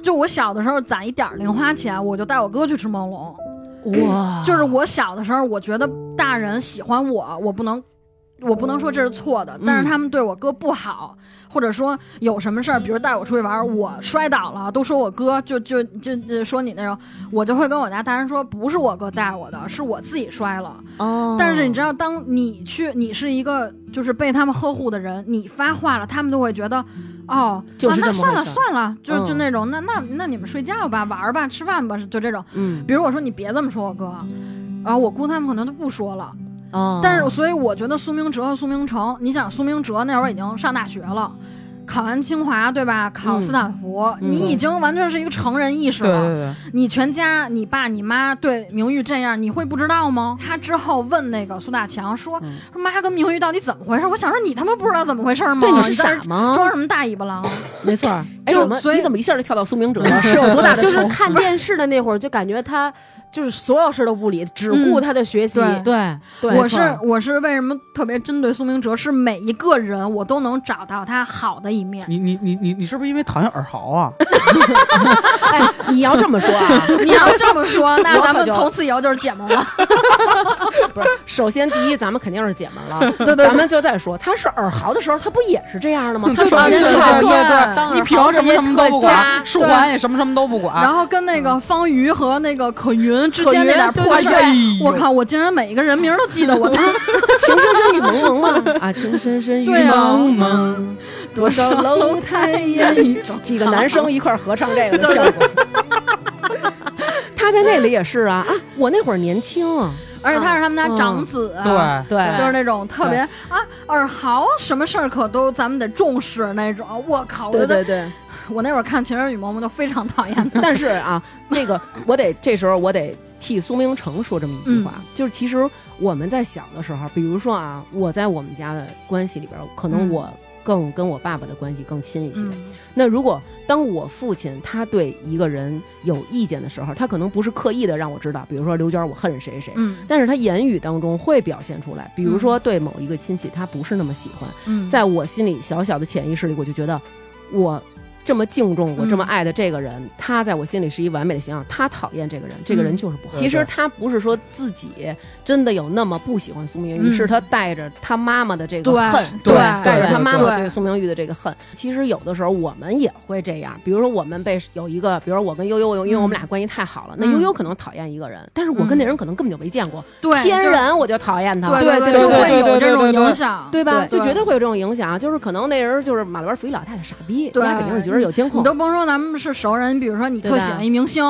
就我小的时候攒一点儿零花钱，我就带我哥去吃梦龙。哇，就是我小的时候，我觉得大人喜欢我，我不能。我不能说这是错的，但是嗯他们对我哥不好，或者说有什么事儿，比如带我出去玩儿，我摔倒了，都说我哥就就就就说你那种，我就会跟我家大人说，不是我哥带我的，是我自己摔了。哦，但是你知道，当你去，你是一个就是被他们呵护的人，你发话了，他们都会觉得，哦，就是啊、这那么算回了事儿算了，就、就嗯那种，那那那你们睡觉吧，玩儿吧，吃饭吧，就这种。嗯，比如我说你别这么说我哥，然后我姑他们可能都不说了。哦，但是所以我觉得苏明哲和苏明成，你想苏明哲那会儿已经上大学了。考完清华对吧？考嗯斯坦福，嗯你已经完全是一个成人意识对了。对对，你全家，你爸你妈对明玉这样，你会不知道吗？他之后问那个苏大强说：“嗯说妈跟明玉到底怎么回事？”我想说你他妈不知道怎么回事吗？对，你哦是在傻这儿吗？装什么大尾巴狼？没错儿，哎，就怎么所 以你怎么一下就跳到苏明哲了？是有多大的就是仇看电视的那会儿，就感觉他就是所有事都不理，只顾他的学习。嗯对，对，我错是我是为什么特别针对苏明哲？是每一个人我都能找到他好的一面。你你你你你是不是因为讨厌尔豪啊？哎，你要这么说 啊，你要这么说，那我可咱们就从此以后就是姐们儿了。不是，首先第一，咱们肯定是姐们儿 了。咱们就再说，他是尔豪的时候，他不也是这样的吗？他首先对靠对做对对当一尔瓶豪什么这什么都不渣管，树对环也什么什么都不管然。后跟那个方瑜和那个可云之间那点可云破事儿对对，对我靠！我竟然每一个人名儿都记 得，我操，情深深雨蒙蒙嘛， 啊，情深深雨对啊蒙嗯蒙，多少楼台烟 雨。几个男生一块儿合唱这个的效果。他在那里也是啊啊！我那会儿年轻，啊而且他是他们家长子啊，嗯对，对就是那种特别啊，尔豪什么事儿可都咱们得重视那种。我靠，我觉对对得对。我那会儿看《情人与萌萌》都非常讨厌 他。但是啊，这个我得这时候我得替苏明成说这么一句嗯话，就是其实我们在小的时候，比如说啊，我在我们家的关系里边，可能嗯我更跟我爸爸的关系更亲一些。嗯那如果当我父亲他对一个人有意见的时候，他可能不是刻意的让我知道，比如说刘娟，我恨谁谁。嗯但是他言语当中会表现出来，比如说对某一个亲戚他不是那么喜欢，嗯，在我心里小小的潜意识里，我就觉得我这么敬重、我这么爱的这个人，他在我心里是一完美的形象。他讨厌这个人，这个人就是不好。嗯对其实对他不是说自己真的有那么不喜欢苏明玉，嗯是他带着他妈妈的这个对恨，对带着对他妈对妈对苏明玉的这个恨。其实有的时候我们也会这样，比如说我们被有一个，比如说我跟悠悠，因为我们俩关系太好了，那嗯悠悠可能讨厌一个人，但是我跟那人可能根本就没见过，对天就是然嗯我就讨厌他了。对对就对会有对这种对对影响，对吧？对就绝对会有这种影响，啊就是可能那人就是马路边扶一老太太傻逼，对大家肯定是觉得有监控你，都甭说咱们是熟人，你比如说你特哦对吧喜欢一明星，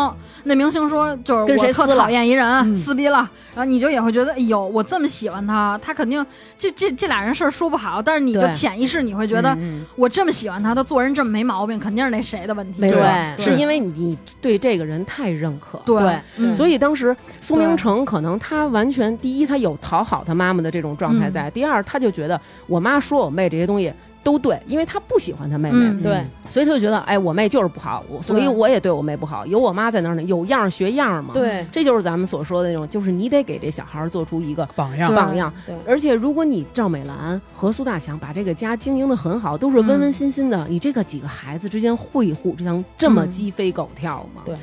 那明星说就是跟我谁特撕了讨厌一人，嗯撕逼了，然后你就也会觉得，哎呦，我这么喜欢他，他肯定这这这俩人事儿说不好，但是你就对潜意识你会觉得，嗯我这么喜欢他，他做人这么没毛病，肯定是那谁的问题，没错对，对是因为你对这个人太认可，对，嗯所以当时苏明成可能他完全第一，他有讨好他妈妈的这种状嗯态在；第二，他就觉得我妈说我妹这些东西都对，因为他不喜欢他妹妹嗯，对，所以他就觉得哎，我妹就是不好，我所以对我也对我妹不好，有我妈在那儿呢，有样儿学样儿嘛。，对这就是咱们所说的那种，就是你得给这小孩儿做出一个榜样对榜样。对而且如果你赵美兰和苏大强把这个家经营的很好，都是温温馨馨的，你这个几个孩子之间会互相这么鸡飞狗跳吗？对嗯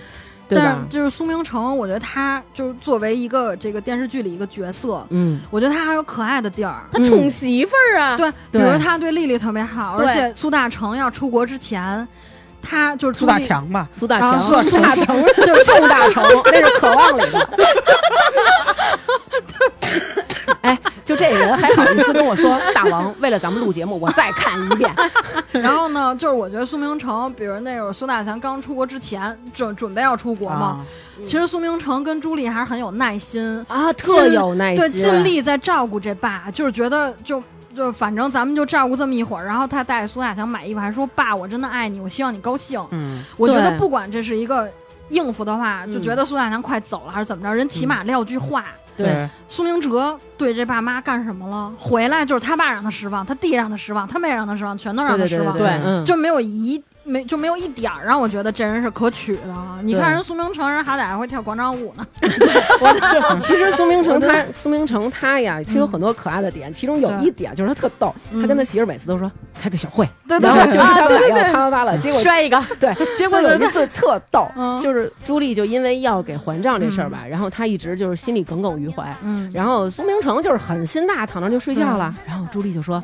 对但是吧？就是苏明成，我觉得他就是作为一个这个电视剧里一个角色，嗯，我觉得他还有可爱的地 儿，他宠媳妇儿啊，对，比对如他对丽丽特别好，对而且苏大成要出国之前，他就是苏大强吧，苏大强， 啊苏大成，对，宋大成，那是渴望里的。 哎，就这人还好意思跟我说，大王，为了咱们录节目，我再看一遍。 然后呢，就是我觉得苏明成，比如那会儿苏大强刚出国之前，准准备要出国嘛，啊，其实苏明成跟朱莉还是很有耐心，啊，特有耐对，心，啊尽力在照顾这爸，就是觉得就。就反正咱们就照顾这么一会儿，然后他带苏大强买衣服，还说：“爸，我真的爱你，我希望你高兴。嗯，我觉得对不管这是一个应付的话，就嗯觉得苏大强快走了还是怎么着，人起码撂句话。对，苏明哲对这爸妈干什么了？回来就是他爸让他失望，他弟让他失望，他妹让他失望，全都让对对他失对望。对，嗯，就没有一没就没有一点儿让我觉得这人是可取的啊。你看对人苏明成，人好歹还会跳广场舞呢。我就 其实苏明成他，苏明成他呀，他有很多可爱的点，其中有嗯对嗯一点就是他特逗，他跟他媳妇儿每次都说开个小会，对对啊然后就是对，他们俩要啪啪啪了，结果摔一个， 对，结果有一次特逗，嗯就是朱莉就因为要给还账这事儿吧，然后她一直就是心里耿耿于怀，嗯，然后苏明成就是很心大，躺那就睡觉了，然后朱莉就说：“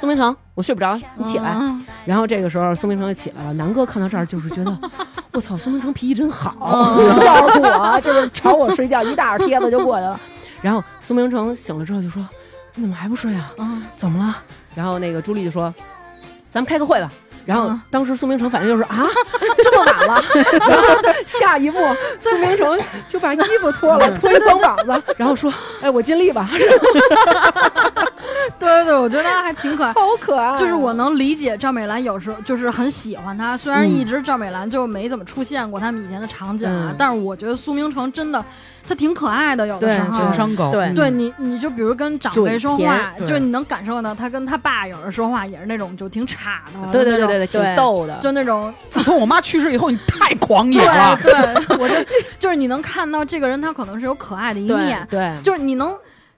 苏明成，我睡不着，你起来。”嗯然后这个时候苏明成就起来了，南哥看到这儿就是觉 得，我操，苏明成脾气真好，嗯 要是我就是吵我睡觉，一大耳贴子就过去了。然后苏明成醒了之后就说：“你怎么还不睡啊？嗯怎么了？”然后那个朱莉就说：“咱们开个会吧。”然后嗯当时苏明成反应就是啊， 这么晚了。然后下一步，苏明成就把衣嗯服脱了，脱一光膀子，然后说：“哎，我尽力吧。”对 对对，我觉得他还挺 可爱。好可啊爱就是我能理解赵美兰有时候就是很喜欢他，虽嗯然一直赵美兰就没怎么出现过他们以前的场景啊，嗯但是我觉得苏明成真的他挺可爱的，有的对时候情情商高，对对你，你就比如跟长辈说嘴话甜，对就你能感受到他跟他爸有人说话也是那种就挺岔的，对就那对对种对对，挺逗的。就那种自从我妈去世以后，你太狂野了对。对，我就 就是你能看到这个人他可能是有可爱的一对面，对，就是你能。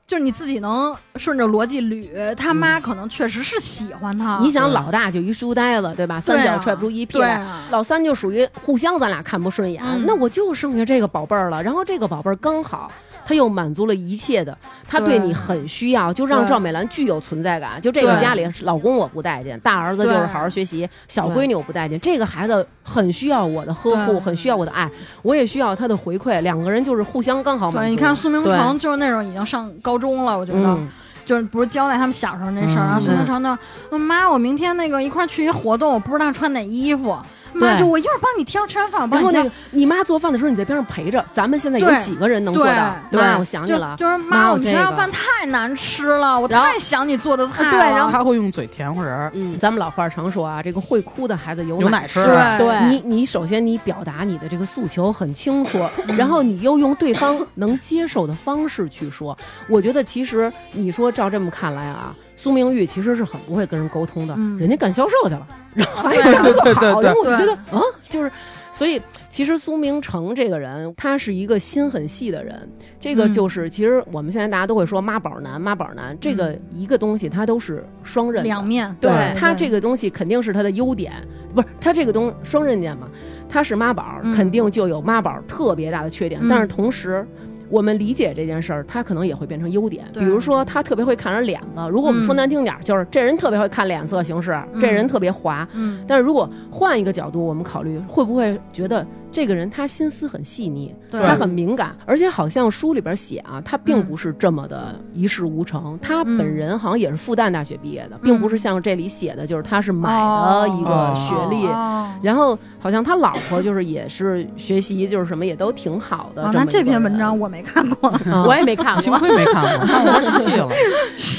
就是你自己能顺着逻辑捋，他妈可能确实是喜欢他，嗯你想老大就一书呆子，对吧？啊对啊三脚踹不出一屁对来。啊，老三就属于互相咱俩看不顺眼，嗯那我就剩下这个宝贝儿了。然后这个宝贝儿刚好，他又满足了一切的，他对对你很需要，就让对赵美兰具有存在感。就这个对家里，老公我不待见，大儿子就是好好学习，小闺女我不待见。这个孩子很需要我的呵护，对很需要我的爱，我也需要他的回馈。两个人就是互相刚好满对，足。你看苏明对成就是那种已经上高中了，我觉得、嗯，就是不是交代他们小时候那事儿，嗯然后苏明嗯成呢，妈，我明天那个一块儿去一活动，我不知道穿哪衣服，妈对就我一会儿帮你挑，吃完饭我帮然你后挑那个。你妈做饭的时候你在边上陪着，咱们现在有对几个人能做到？对妈，我想你就了。就是妈妈，我我们这学校个饭太难吃了，我然后啊太想你做的菜了。对然后他会用嘴甜乎人儿，嗯，咱们老话儿常说啊，这个会哭的孩子有有奶奶吃。啊对对你，你首先你表达你的这个诉求很清楚，嗯然后你又用对方能接受的方式去说。我觉得其实你说照这么看来啊，苏明玉其实是很不会跟人沟通的，嗯人家干销售去了，然后还对干得对对好，对然后我就觉得对啊，就是。所以，其实苏明成这个人，他是一个心很细的人。这个嗯就是，其实我们现在大家都会说妈宝男，妈宝男。这个一个东西，它都是双刃的嗯两面对对他这个东西肯定是他的优点，不是他这个东双刃剑嘛，他是妈宝儿，嗯肯定就有妈宝儿特别大的缺点，嗯但是同时。我们理解这件事儿，他可能也会变成优点。比对如说，他特别会看人脸子。如果我们说嗯难听点儿，就是这人特别会看脸色行事，嗯这人特别滑。嗯，但是如果换一个角度，我们考虑会不会觉得这个人他心思很细腻，对他很敏感，而且好像书里边写啊，他并嗯不是这么的一事无成，他嗯本人好像也是复旦大学毕业的，并不是像这里写的，就是他是买的哦一个学历。哦然后好像他老婆就是也是学习就是什么也都挺好的。哦，么那一个这篇文人章我没看过，啊我也没看幸 过，亏没看过，看我都生气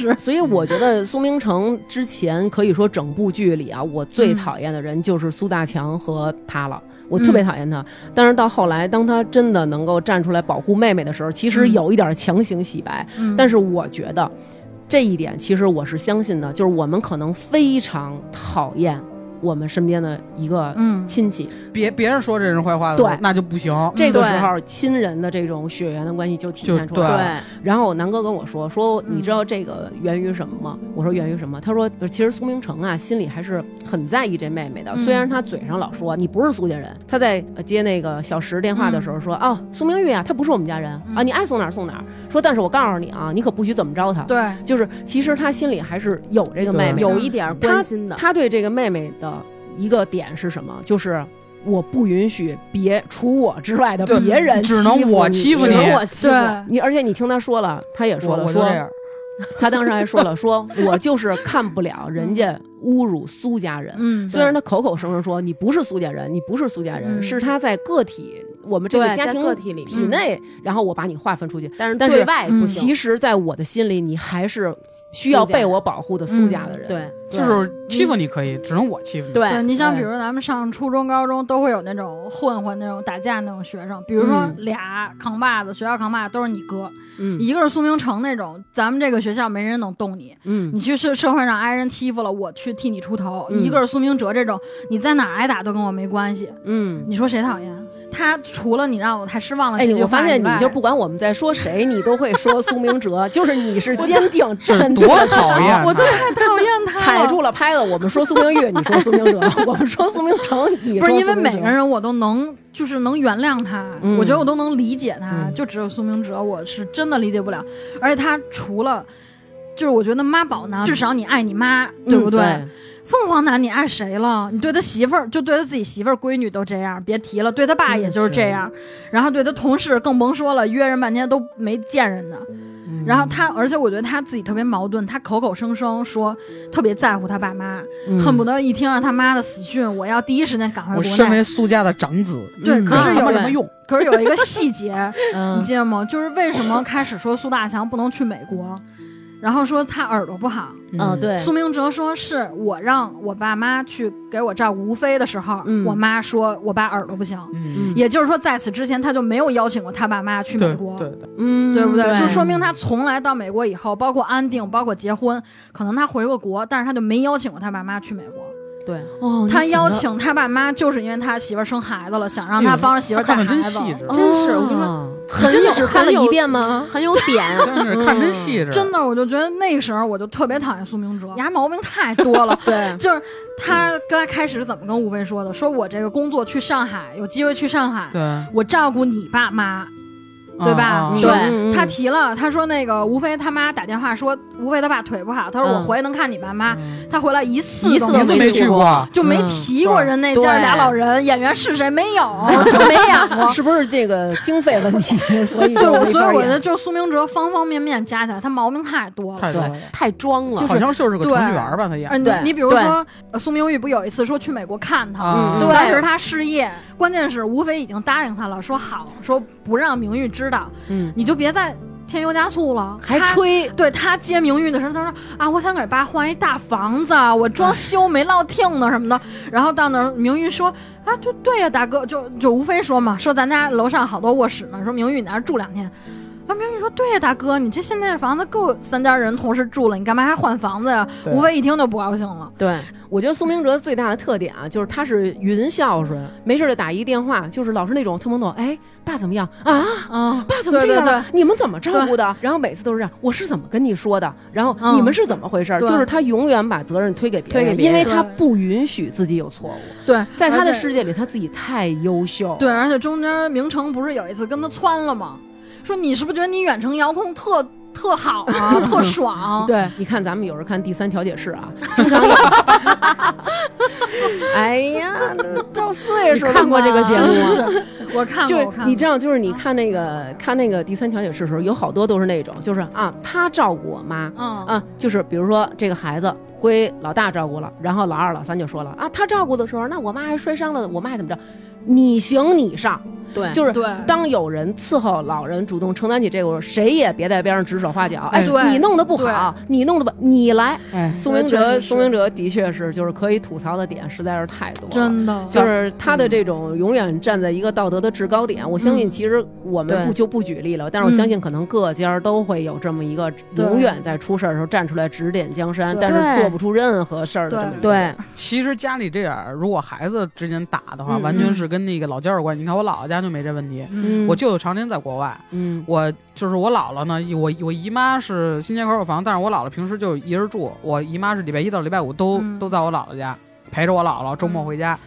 了。所以我觉得苏明成之前可以说整部剧里啊，我最嗯讨厌的人就是苏大强和他了。我特别讨厌他，但是到后来，当他真的能够站出来保护妹妹的时候，其实嗯有一点强行洗白。嗯但是我觉得这一点，其实我是相信的，就是我们可能非常讨厌我们身边的一个嗯，亲戚，别别人说这人坏话的时候对那就不行。这个时对候亲人的这种血缘的关系就体现就出来对了。啊然后南哥跟我说说，嗯你知道这个源于什么吗？我说源于什么？他说，呃其实苏明成啊，心里还是很在意这妹妹的。嗯虽然他嘴上老说你不是苏家人，他在呃接那个小石电话的嗯时候说，哦，苏明玉啊，她不是我们家人嗯啊，你爱送哪儿送哪儿。说，但是我告诉你啊，你可不许怎么着她。，对，就是其实他心里还是有这个妹妹的，有对有一一点儿儿关关心的。他他对这个妹妹的一个点是什么？就是。我不允许别除我之外的对别人只能我欺负只能你我欺负对你，而且你听他说了，他也说我了，我就说这样，他当时还说了，说我就是看不了人家侮辱苏家人。嗯，虽然他口口声声说你不是苏家人，你不是苏家人，嗯是他在个体我们这对个家在庭个体里面体内，然后我把你划分出去。但是但对是外嗯不行，其实，在我的心里，你还是需要苏家人被我保护的苏家的人。对，就是欺负你可以，只能我欺负你。对对，你像哎对比如咱们上初中、高中都会有那种混混、那种打架那种学生，比如说嗯俩扛把子，学校扛把子都是你哥，嗯一个是苏明成那种，咱们这个学校没人能动你，嗯，你去社社会上挨人欺负了，我去替你出头；嗯一个是苏明哲这种，你在哪儿挨打都跟我没关系，嗯。你说谁讨厌？他除了你让我太失望了哎，这句你话我以外，发现你就不管我们在说谁，你都会说苏明哲， 就是你是坚定这站多队的讨厌啊！我就太讨 厌他了踩住了拍子，我们说苏明 玉，你说苏明哲； 我们说苏明成，你不说是苏明哲因为每个人我都能，就是能原谅他，嗯我觉得我都能理解他，嗯就只有苏明哲我是真的理解不了，而且他除了。就是我觉得妈宝男，至少你爱你妈，对不对？嗯凤凰男，你爱谁了？你对他媳妇儿，就对他自己媳妇儿、闺女都这样，别提了，对他爸真的也就是这样，然后对他同事更甭说了，约人半天都没见人呢。嗯然后他，而且我觉得他自己特别矛盾，他口口声声说特别在乎他爸妈，恨不得得一听到他妈的死讯，我要第一时间赶回我国身内为。苏家的长子，对，嗯可干是他妈有什么用？可是有一个细节，你嗯记得吗？就是为什么开始说苏大强不能去美国，然后说他耳朵不好。嗯啊，嗯对，苏明哲说是我让我爸妈去给我照顾吴非的时候，嗯我妈说我爸耳朵不行，嗯，也就是说在此之前他就没有邀请过他爸妈去美对国。对对，嗯，对不对？对就说明他从来到美国以后，包括安定，包括结婚，可能他回过国，但是他就没邀请过他爸妈去美国。对，哦，你 他想邀到请他爸妈，就是因为他媳妇儿生孩子了，想让哎他呦帮着媳妇儿带看孩的子。真细嗯致，真是我跟你说，哦很真有的是看了很有一遍 吗？。很 有点。真是看真细致，真的，我就觉得那个时候我就特别讨厌苏明哲，牙毛病太多了对，就是 他刚开始怎么跟吴飞说的？说我这个工作去上海，有机会去上海，对啊我照顾你爸妈。对吧啊啊对嗯嗯他提了，他说那个吴飞他妈打电话说吴飞他爸腿不好，他说嗯我回来能看你爸妈。嗯他回来一次一次都都没没去过，过，就没提过嗯人那对家俩老人演员是谁没有， 就没演过。哦 是不是这个经费问 题？所以啊对，就我没所以法我觉演得就是苏明哲方方面面加起来，他毛病太多了。太多了，太装了，好像就是个程序员吧，他啊演呃，你对你比如对说，呃苏明玉不有一次说去美国看他，啊，嗯当时他失业，关键是吴非已经答应他了，说好，说不让明玉知道，嗯，你就别再添油加醋了，还他。吹，对他接明玉的时候，他说啊，我想给爸换一大房子，我装修没落听呢什么的。然后到那儿，明玉说啊，就对呀、大哥，就就吴非说嘛，说咱家楼上好多卧室呢，说明玉你在那儿住两天。啊，明玉说对呀、大哥，你这现在的房子够三家人同时住了，你干嘛还换房子呀？对吴非一听就不高兴了。对我觉得苏明哲最大的特点啊，就是他是云孝顺，没事儿就打一电话，就是老是那种特懵懂，哎，爸怎么样啊？啊，爸怎么这样对对啊？你们怎么照顾的？然后每次都是这样，我是怎么跟你说的？然后嗯你们是怎么回事儿？对就是他永远把责任推给别人，推给别人因为他不允许自己有错误，对，在他的而且世界里，他自己太优秀。对，而且中间明成不是有一次跟他窜了吗？说你是不是觉得你远程遥控特特好啊， 特爽？对，你看咱们有时候看第三调解室啊，经常 有。哎呀，到岁数了看过嘛这个节目吗是，我看就过，是我看你过。知道，就是你看那个看那个第三调解室的时候，有好多都是那种，就是啊，他照顾我妈嗯呃啊，就是比如说这个孩子归老大照顾了，然后老二老三就说了啊，他照顾的时候，那我妈还摔伤了，我妈还怎么着？你行你上，对就是对当有人伺候老人，主动承担起这个时候，谁也别在边上指手画脚。哎哎，对你弄得不好，你弄得不，你来。哎，宋明真哲，是宋明哲的确是，就是可以吐槽的点实在是太多了。真的嗯就是他的这种永远站在一个道德的制高点，我相信其实我们不嗯对嗯就不举例了，但是我相信可能各家都会有这么一个对永远在出事儿的时候站出来指点江山，但是对做不出任何事儿的这么一个对人，其实家里这点儿，如果孩子之间打的话，嗯完全是跟那个老家有关系。你看我姥姥家就没这问题，嗯，我舅舅常年在国外，嗯我就是我姥姥呢，我我姨妈是新街口有房，但是我姥姥平时就一人住，我姨妈是礼拜一到礼拜五都、嗯都在我姥姥家陪着我姥姥，周嗯末回家。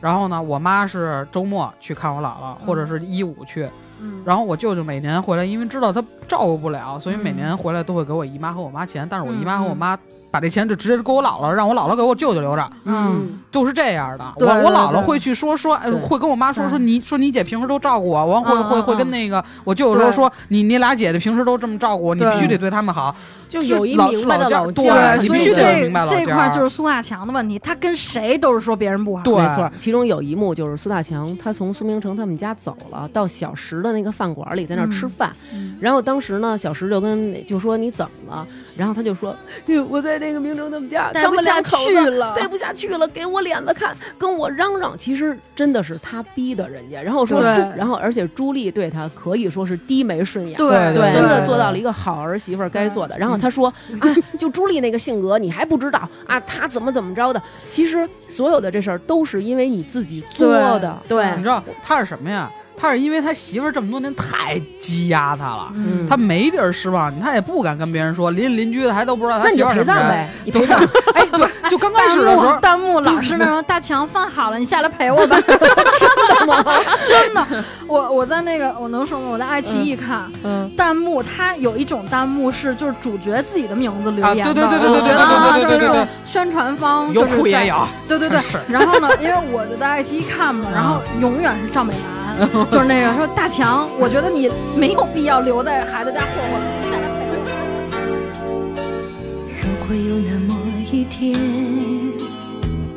然后呢，我妈是周末去看我姥姥，或者是一五去。嗯然后我舅舅每年回来，因为知道他照顾不了，所以每嗯年回来都会给我姨妈和我妈钱，但是我姨妈和我妈把这钱就直接给我姥姥，让我姥姥给我舅舅留着。嗯，都是这样的。对我我对姥姥对会去说说，呃对会跟我妈说对说你说你姐平时都照顾我，完会嗯嗯会会嗯跟那个我舅舅说对说你你俩姐姐平时都这么照顾我，你对必须得对他们好。就有一老明白的老老家家儿儿，对你所必以须得这明白老这家块儿就是苏大强的问题，他跟谁都是说别人不好。对，没错，其中有一幕就是苏大强，他从苏明成他们家走了，到小石的那个饭馆里，在那儿吃饭。嗯然后当时呢，小石就跟就说你怎么了？然后他就说， 哎我在那个明成他们家，待他不们下俩口去子 了，待不下去了，给我脸子看，跟我嚷嚷。其实真的是他逼的人家。然后说对朱，然后而且朱莉对他可以说是低眉顺眼。对对真的对做到了一个好儿媳妇儿该做的。然后他 说啊，就朱莉那个性格，你还不知道啊，她怎么怎么着的。其实所有的这事儿都是因为你自己做的。对你知道他是什么呀？他是因为他媳妇儿这么多年太积压他了，嗯他没地儿释放，他也不敢跟别人说，邻里邻居的还都不知道他那你媳妇就儿陪什么葬人。呗，你陪葬。哎，对，就刚开始的时候弹幕，弹幕老是那 种大强饭好了，你下来陪我吧。 真的吗？真的，我我在那个我能说吗？我在爱奇艺看，嗯，弹幕它有一种弹幕是就是主角自己的名字留言的，啊对对对对对对对啊对对对对对就是那对种宣传方有就是苦也在有，对对对是， 嗯然后呢，因为我就在爱奇艺看嘛，然后永远是赵美兰， 就是那个说大强，我觉得你没有必要留在孩子家混混，你下来陪我。如果有那么一天，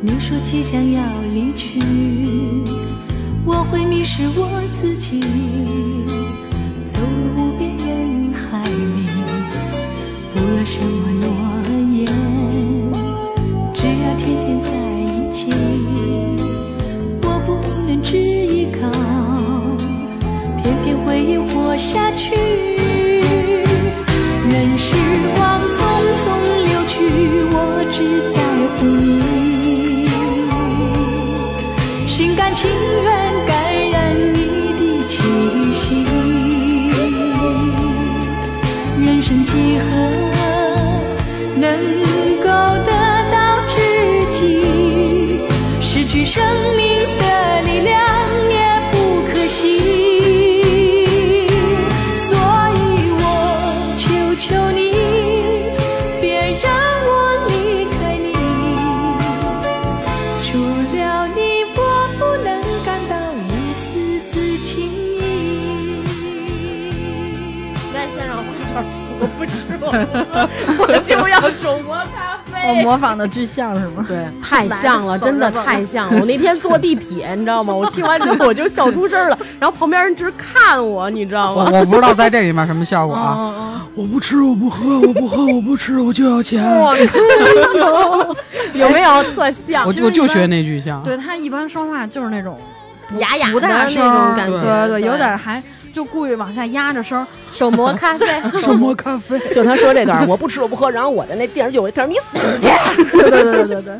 你说即将要离去，我会迷失我自己，走入无边人海里。不要什么诺言，只要天天在一起，我不能只依靠，偏偏回忆活下去。任时光匆匆流去，我只在乎你，心甘情愿感染你的气息。人生几何能够得到知己？失去生命的力量也不可惜。所以我求求你，别让我离开你。除了你，我不能感到一丝丝情意。麦先 生画圈，我不吃我，我 就要手磨咖我啡。模仿的巨像是吗？对，太像了，来吧真的走着太像了。我那天坐地铁，你知道 吗？我听完之后我就笑出声了，然后旁边人直看我，你知道我 吗？我不知道在这里面什么效果啊！我不吃，我不喝，我不喝，我不吃，我就要钱。我靠，有没有特像？ 我我就学那句像，对他一般说话就是那种雅雅不的 大 那声种啊儿，感觉，对对对，有点还就故意往下压着声儿，手磨咖啡。什么 咖啡？就他说这段儿，我不吃，我不喝，然后我的那电视剧我一看，你死去， 对对对对对，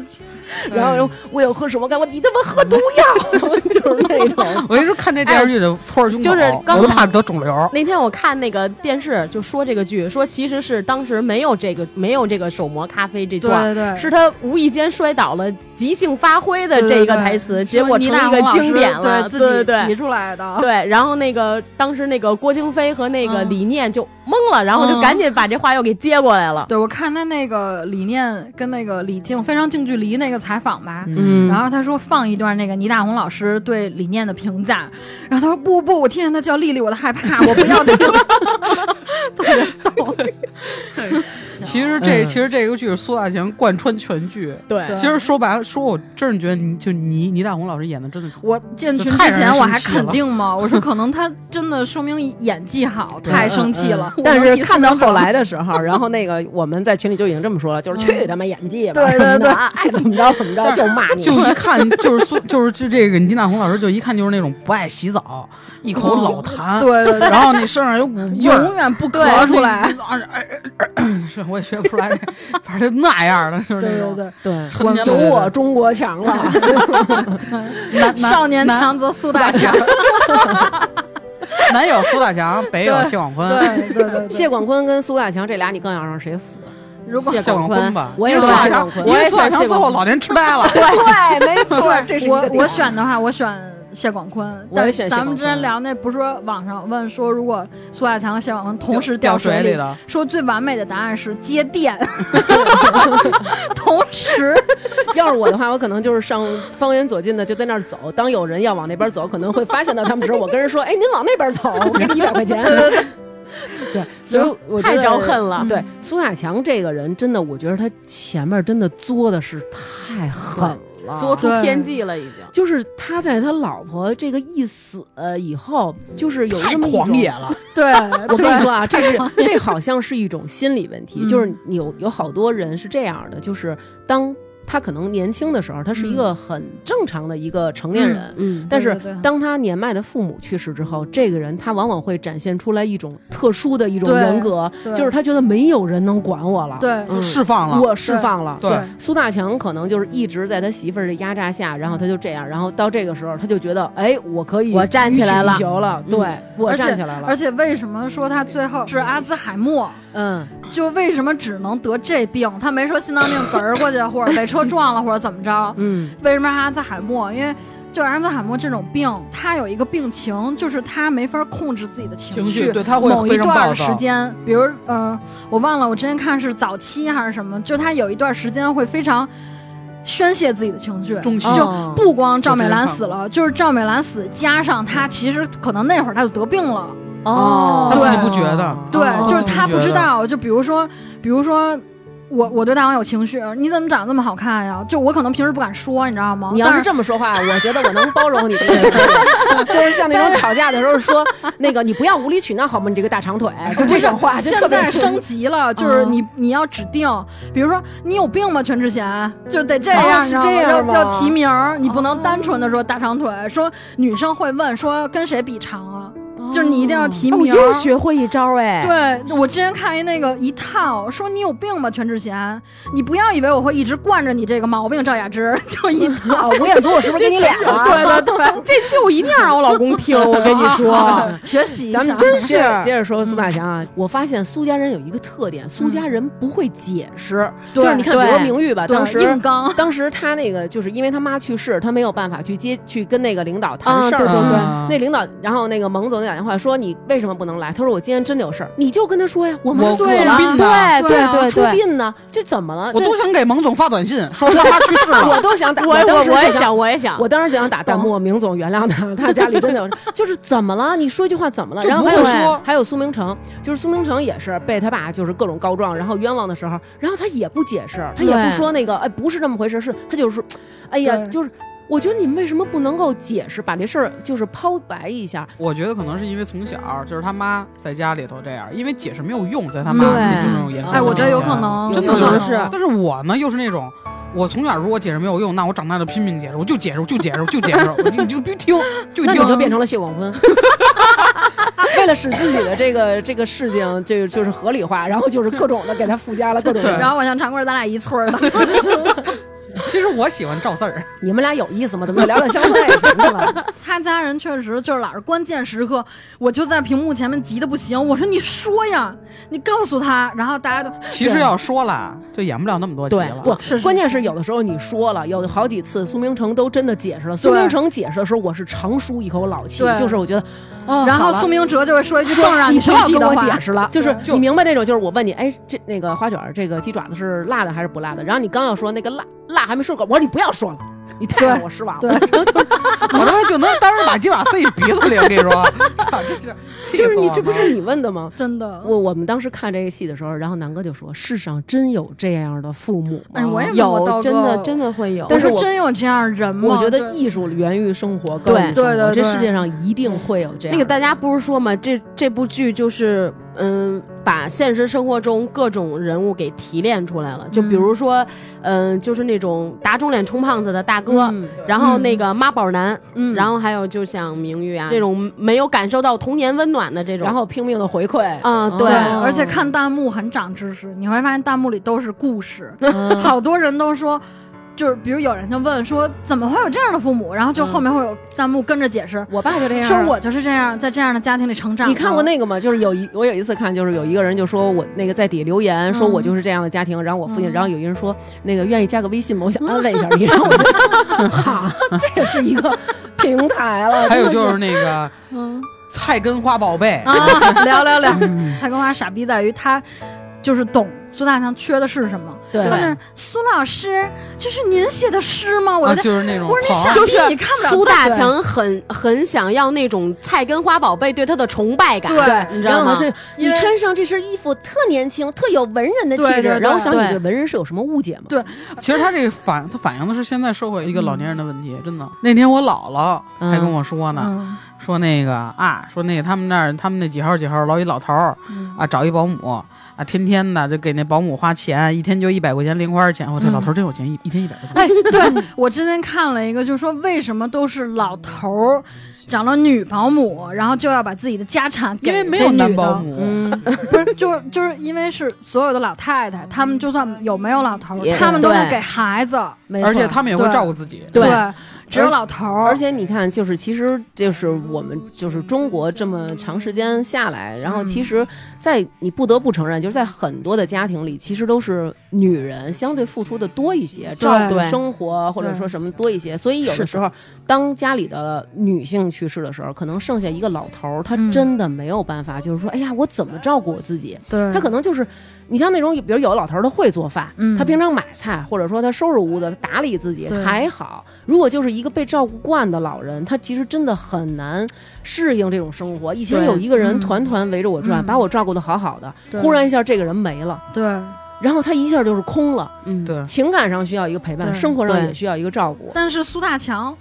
然 后我有喝什么干？我你他妈喝毒药，就是那种。我一直看这电视剧的搓着胸口，就是刚我都怕得肿瘤。那天我看那个电视，就说这个剧，说其实是当时没有这个没有这个手磨咖啡这段，对对对是他无意间摔倒了，即兴发挥的这对对个对台词，结说果成一倪大个红老经师典了，对对自己对对提出来的。对，然后那个当时那个郭京飞和那个嗯李念就懵了，然后就嗯赶紧把这话又给接过来了。对，我看他那个李念跟那个李静非常近距离那个采访吧，嗯然后他说放一段那个倪大红老师对李念的评价，然后他说不不，我听见他叫丽丽，我都害怕，我不要听。其实这嗯其实这个剧是苏大强贯穿全剧。对对其实说白了，说我真是觉得你就倪倪大红老师演的真的，我进群就太之让人前我还生气了肯定吗？我说可能他真的说明演技好，太生气了。我嗯但能是替他看到们好后来的时候，然后那个我们在群里就已经这么说了，就是去他妈演技吧，对对什么的 对啊爱怎么着怎么着就骂你，就一 看就是苏就是就这个倪大红老师就一看就是那种不爱洗澡，一口老痰，对对对然后你身上有 股味儿永远不咳出来。啊哎哎哎哎是我也学不出来， 反正就那样的，就是对那对种对，对，嗯陈年有老人我中国强 了，少年强则苏大强。南有苏大强，北有谢广坤，对对 对，谢广坤跟苏大强这俩，你更想让谁死？如果谢谢广广坤吧，我也因为苏选谢大强广，坤因我也为苏大选强谢最后广老年痴呆了，对，没错，这是一个我点我选的话，我选谢广坤。我但也选谢咱广坤们之前聊那不是说网上问说，如果苏大强和谢广坤同时掉水水里的，说最完美的答案是 接电，同时 要是我的话，我可能就是上方圆左近的就在那儿走。当有人要往那边走，可能会发现到他们的时候，我跟人说：“哎，您往那边走，我给 你一百块钱。”对，所以我觉太得招恨。了。嗯对，苏大强这个人真的，我觉得他前面真的作的是太狠了，作出对天际了已经。就是他在他老婆这个一死呃以后，就是有太这么一种狂野了，对，我跟你对说啊，这 是这好像是一种心理问题，嗯就是你有有好多人是这样的，就是当他可能年轻的时候，他是一个很正常的一个成年人。嗯，但是嗯对对对当他年迈的父母去世之后，这个人他往往会展现出来一种特殊的一种对人格，对就是他觉得没有人能管我了，对嗯释放了，我释放了。对苏大强可能就是一直在他媳妇儿的压榨下，然后他就这样，然后到这个时候他就觉得，哎，我可以我站起来了予取予求了，对、我嗯而且站起来了而，且为什么说他最后是阿兹海默？嗯，就为什么只能得这病？他没说心脏病嗝儿过去，或者被车撞了，或者怎么着？嗯，为什么是阿兹海默？因为就阿兹海默这种病，它有一个病情，就是他没法控制自己的情绪绪。对他会某非一常段暴儿时躁，间，比如，嗯、我忘了，我之前看是早期还是什么，就是他有一段时间会非常宣泄自己的情绪。中期嗯就哦不光赵美兰我之死前看了，就是赵美兰死加上他，其实可能那会儿他就得病了。哦他自己对不觉得，对，哦就是他不知道。就比如说，比如说，我我对大王有情绪，你怎么长这么好看呀？就我可能平时不敢说，你知道吗？你要但是这么说话，我觉得我能包容你这 个情绪，就是像那种吵架的时候说那个你不要无理取闹好吗？你这个大长腿，就这种话，就现特别嗯在升级了，就是你你要指定，比如说你有病吗？全智贤就得这样，哦是你知道这吗样要吗要提名儿，你不能单纯的说大长腿。说女生会问说跟谁比长哦啊？就是你一定要提我名儿。又学会一招哎，对我之前看一那个一套说你有病吧，全智贤，你不要以为我会一直惯着你这个毛病，赵雅芝就一啊套。，吴彦祖，我是 不是跟你俩了？对对对，这期我一定要让我老公听，啊我跟你 说，学习一下，咱们真是接着说苏大强嗯啊！我发现苏家人有一个特点，苏家人不会解释。对就是你看对罗明玉吧，对当时硬刚，当时他那个就是因为他妈去世，他没有办法去接去跟那个领导谈嗯事儿对嘛。对对嗯那领导，然后那个蒙总就打电话说你为什么不能来？他说我今天真的有事儿，你就跟他说呀，我妈我死出了，殡呢，哎对对啊对出对，殡呢，这怎么了？我这都想给蒙总发短信，说他妈去世了。我都想打，我当时我我也就想，我也啊想，我当时就想打弹幕，明总原谅 他，他家里真的有事，就是怎么了？你说一句话怎么了？就然后不还会有说还有苏明成，就是苏明成也是被他爸就是各种告状，然后冤枉的时候，然后他也不解释，他也对不说那个哎不是这么回事，是他就是说，哎呀对就是。我觉得你们为什么不能够解释，把这事儿就是抛白一下？我觉得可能是因为从小就是他妈在家里头这样，因为解释没有用，在他妈那就那种眼光哎，我觉得有可之下。能，啊真的有可有能是但是我呢，又是那种，我从小如果解释没有用，那我长大就拼命解释，我就解释，我就解释，我就解释，我就你就必听，就那听你。就变成了谢广坤， 为了使自己的这个这个事情就就是合理化，然后就是各种的给他附加了各种的对然后我想长贵，咱俩一村儿的。其实我喜欢赵四儿，你们俩有意思吗？怎么又聊到乡村爱情去了？他家人确实就是老是关键时刻，我就在屏幕前面急得不行。我说你说呀，你告诉他，然后大家哦都其实要说啦，就演不了那么多集对了，。不，是是关键是有的时候你说了，有好几次苏明成都真的解释了。苏明成解释的时候，我是长舒一口老气对，就是我觉得，啊，然后好了苏明哲就会说一句说更让你不生要气跟的我话，解释了，就是就你明白那种，就是我问你，哎，这那个花卷儿，这个鸡爪子是辣的还是不辣的？然后你刚要说那个辣辣还没说够，我说你不要说了，你太让我失望了。我他妈就能当时把鸡把塞鼻子里，我跟 你说，操，真是气就是死你我这不了是你问的吗？真的。我我们当时看这个戏的时候，然后南哥就说：“世上真有这样的父母吗？”哎，我也问过有刀真的哥真的会有，但是我我说真有这样的人吗？我觉这得艺术源于生活，高于对生活对对对这世界上一定会有这样那个的大家不是说嘛，这这部剧就是嗯，把现实生活中各种人物给提炼出来了。就比如说，嗯，就是那种打肿脸充胖子的大哥，嗯然后那个妈宝男，嗯然后还有就像明玉啊这种没有感受到童年温暖的这种，然后拼命的回馈啊对对，嗯而且看弹幕很长知识，你会发现弹幕里都是故事，嗯好多人都说。就是，比如有人就问说，怎么会有这样的父母？然后就后面会有弹幕跟着解释，我嗯爸就这样啊，说我就是这样，在这样的家庭里成长的。你看过那个吗？就是有一我有一次看，就是有一个人就说我那个在底下留言说我就是这样的家庭，然后我父亲，嗯然后有一人说那个愿意加个微信吗？我想安慰 一下你，然后我就哈，这也是一个平台了。还有真就的是那个菜根花宝贝，嗯啊，聊聊聊，蔡康永傻逼在于他就是懂苏大强缺的是什么。对他那儿苏老师，这是您写的诗吗？我啊，在就是那种我说你捧傻就是你看不了苏字大对强很很想要那种菜根花宝贝对他的崇拜感，对你知然道后吗？是因你为穿上这身衣服特年轻，特有文人的气对质。对对然后我想你对对文人是有什么误解吗？对其实他这个反，他反映的是现在社会一个老年人的问题，真的。那天我姥姥还跟我说呢，嗯说那个啊，说那个他们那儿他们那几号几号老一老头儿嗯啊，找一保姆啊，天天的就给那保姆花钱，一天就一百块钱零花钱。我这嗯老头儿真有钱，一一天一百块钱。哎，对我之前看了一个，就是说为什么都是老头儿找了女保姆，然后就要把自己的家产给因为没这有女男的嗯保，姆，不是，就是就是因为是所有的老太太，他们就算有没有老头也儿，他们都是对给孩子，没错而且他们也会照顾自己。对只有老头啊儿，而且你看，就是其实就是我们就是中国这么长时间下来，然后嗯其实，在你不得不承认，就是在很多的家庭里，其实都是女人相对付出的多一些，照顾对生活或者说什么多一些。所以有是的的时候，当家里的女性去世的时候，可能剩下一个老头儿，他嗯真的没有办法，就是说，哎呀，我怎么照顾我自己？对他可能就是，你像那种，比如有的老头儿他会做饭，嗯他平常买菜，或者说他收拾屋子，他打理自己对还好。如果就是一个被照顾惯的老人，他其实真的很难适应这种生活。以前对有一个人嗯团团围着我转，嗯把我照顾的好好的，对忽然一下这个人没了，对然后他一下就是空了，嗯，对，情感上需要一个陪伴，对生活上对也需要一个照顾。但是苏大强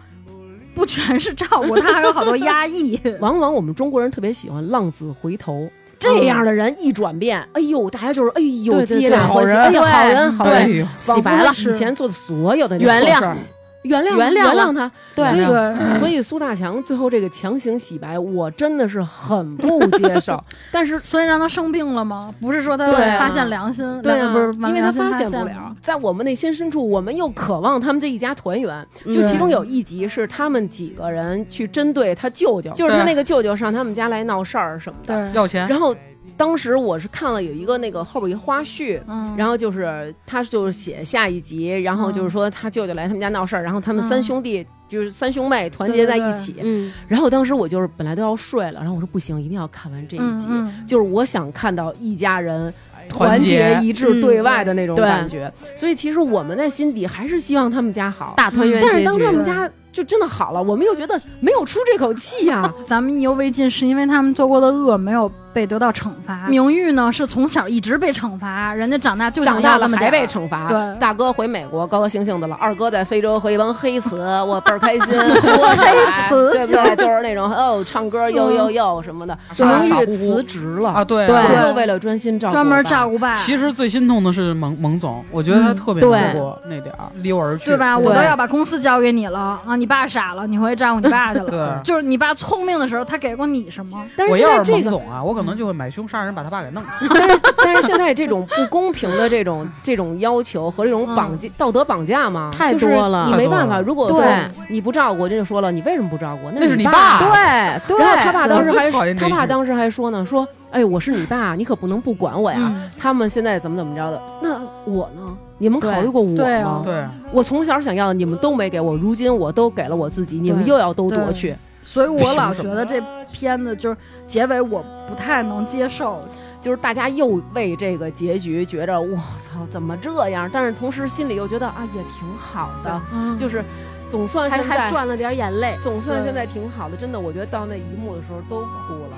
不全是照顾，他还有好多压抑。 往往我们中国人特别喜欢浪子回头，这样的人一转变，哎呦，大家就是哎呦，对对皆大对欢喜，好人哎呀，好人对好哎人，呦，仿佛洗白了，以前做的所有的那原错谅事儿，原谅嗯原原谅了谅他，对所以对所以苏大强最后这个强行洗白，我真的是很不接 受。但是，所以让他生病了吗？不是说他对啊发现良心，对那啊，不是，因为他发发现不了，在我们内心深处，我们又渴望他们这一家团圆。就嗯其中有一集是他们几个人去针对他舅舅，就是他对那个舅舅上他们家来闹事儿什么的。对，要钱，然后当时我是看了有一个那个后边一个花絮，嗯，然后后就是他就是写下一集，然后就是说他舅舅来他们家闹事儿，然后他们嗯三兄弟就是三兄妹团结在一起。嗯，然后当时我就是本来都要睡了，然后我说不行，一定要看完这一集，嗯嗯就是我想看到一家人。团团结结一致嗯对外的那种对感觉，嗯所以其实我们在心底还是希望他们家好，大团圆但结是局，当他们家就真的好了，我们又觉得没有出这口气啊呀、嗯咱们意犹未尽，是因为他们做过的恶没有被得到惩罚。明玉呢，是从小一直被惩罚，人家长大就长想大要了那么还点被儿惩罚。对大哥回美国高高兴兴的了，二哥在非洲和一帮黑词，我倍儿开 心，活起来，词对不对？就是那种哦，唱歌呦呦呦什么的。啊对明傻玉乎乎辞职了啊，，对然啊对后为了专心照顾专门照顾。顾爸，其实最心痛的是蒙蒙总，我觉得他特别嗯难过那点儿，离我而去，对吧？对我都要把公司交给你了啊！你爸傻了，你回去照顾你爸去了。对就是你爸聪明的时候，他给过你什么？但是我现在要是这蒙个，嗯总啊，我可能就会买凶杀人，把他爸给弄死。但是但是现在这种不公平的这种这种要求和这种绑架道德绑架嘛，太就是多了你没办法，太多了如果对说你不照顾，这就说了，你为什么不照顾？那是是你爸爸对对，然后他爸当时我最讨还厌这他一爸句当时还说呢，说哎我是你爸，你可不能不管我呀。嗯他们现在怎么怎么着的，那我呢？你们对考虑过我吗？对啊对，我从小想要的，你们都没给我，如今我都给了我自己，你们对又要都夺去，所以我老凭觉什么得这片子就是结尾我不太能接受，就是大家又为这个结局觉着我操怎么这样，但是同时心里又觉得啊也挺好的，嗯就是总算还现在还赚了点眼泪，总算现在挺好的，真的，我觉得到那一幕的时候都哭了。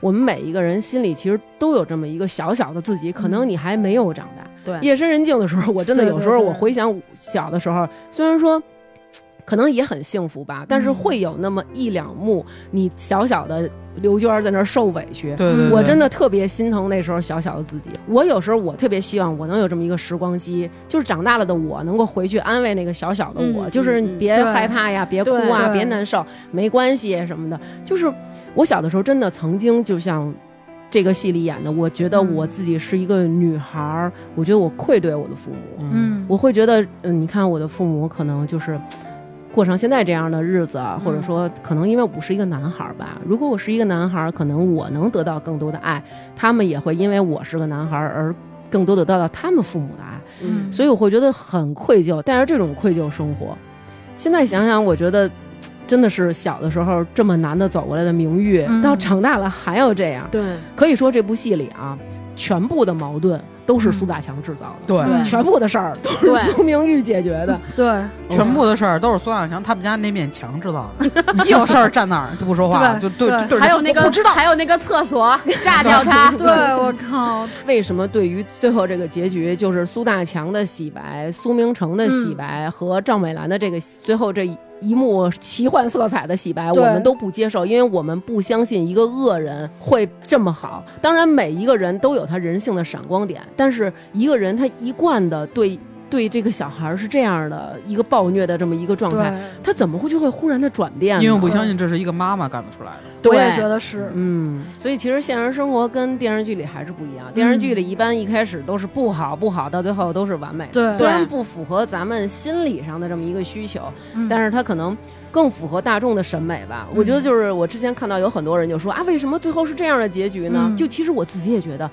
我们每一个人心里其实都有这么一个小小的自己，可能你还没有长大。对夜深人静的时候，我真的对有时候对对我回想小的时候，虽然说可能也很幸福吧，但是嗯会有那么一两幕，你小小的刘娟儿在那儿受委屈。对对，我对真的特别心疼那时候小小的自己。我有时候我特别希望我能有这么一个时光机，就是长大了的我能够回去安慰那个小小的我，嗯就是你嗯嗯别对害怕呀，别哭啊，对别难受，没关系什么的。就是我小的时候真的曾经就像。这个戏里演的，我觉得嗯我自己是一个女孩儿，我觉得我愧对我的父母，嗯，嗯，我会觉得，嗯，你看我的父母可能就是过上现在这样的日子啊，或者说可能因为我是一个男孩儿吧，如果我是一个男孩儿，可能我能得到更多的爱，他们也会因为我是个男孩儿而更多的得到他们父母的爱，嗯，所以我会觉得很愧疚，带着这种愧疚生活。现在想想，我觉得。真的是小的时候这么难的走过来的名誉，嗯到长大了还要这样，对可以说这部戏里啊，全部的矛盾都是苏大强制造的。对，对全部的事儿都是对苏明玉解决 的。对全部的事儿都是苏大强他们家那面墙知道的，一有事儿站那儿就不说话，就对对对就对着还有那个我不知道还有那个厕所炸掉它， 对，我靠，为什么对于最后这个结局，就是苏大强的洗白、苏明成的洗白、和赵美兰的这个最后这一幕奇幻色彩的洗白，对我们都不接受，因为我们不相信一个恶人会这么好。当然，每一个人都有他人性的闪光点，但是一个人他一贯的对对这个小孩儿是这样的一个暴虐的这么一个状态，对，他怎么会就会忽然的转变呢？因为我不相信这是一个妈妈干得出来的。我对也觉得是，嗯，所以其实现实生活跟电视剧里还是不一样。电视剧嗯里一般一开始都是不好不好，到最后都是完美的。对虽然不符合咱们心理上的这么一个需求，嗯但是它可能更符合大众的审美吧。我觉得就是我之前看到有很多人就说啊，为什么最后是这样的结局呢？嗯就其实我自己也觉得。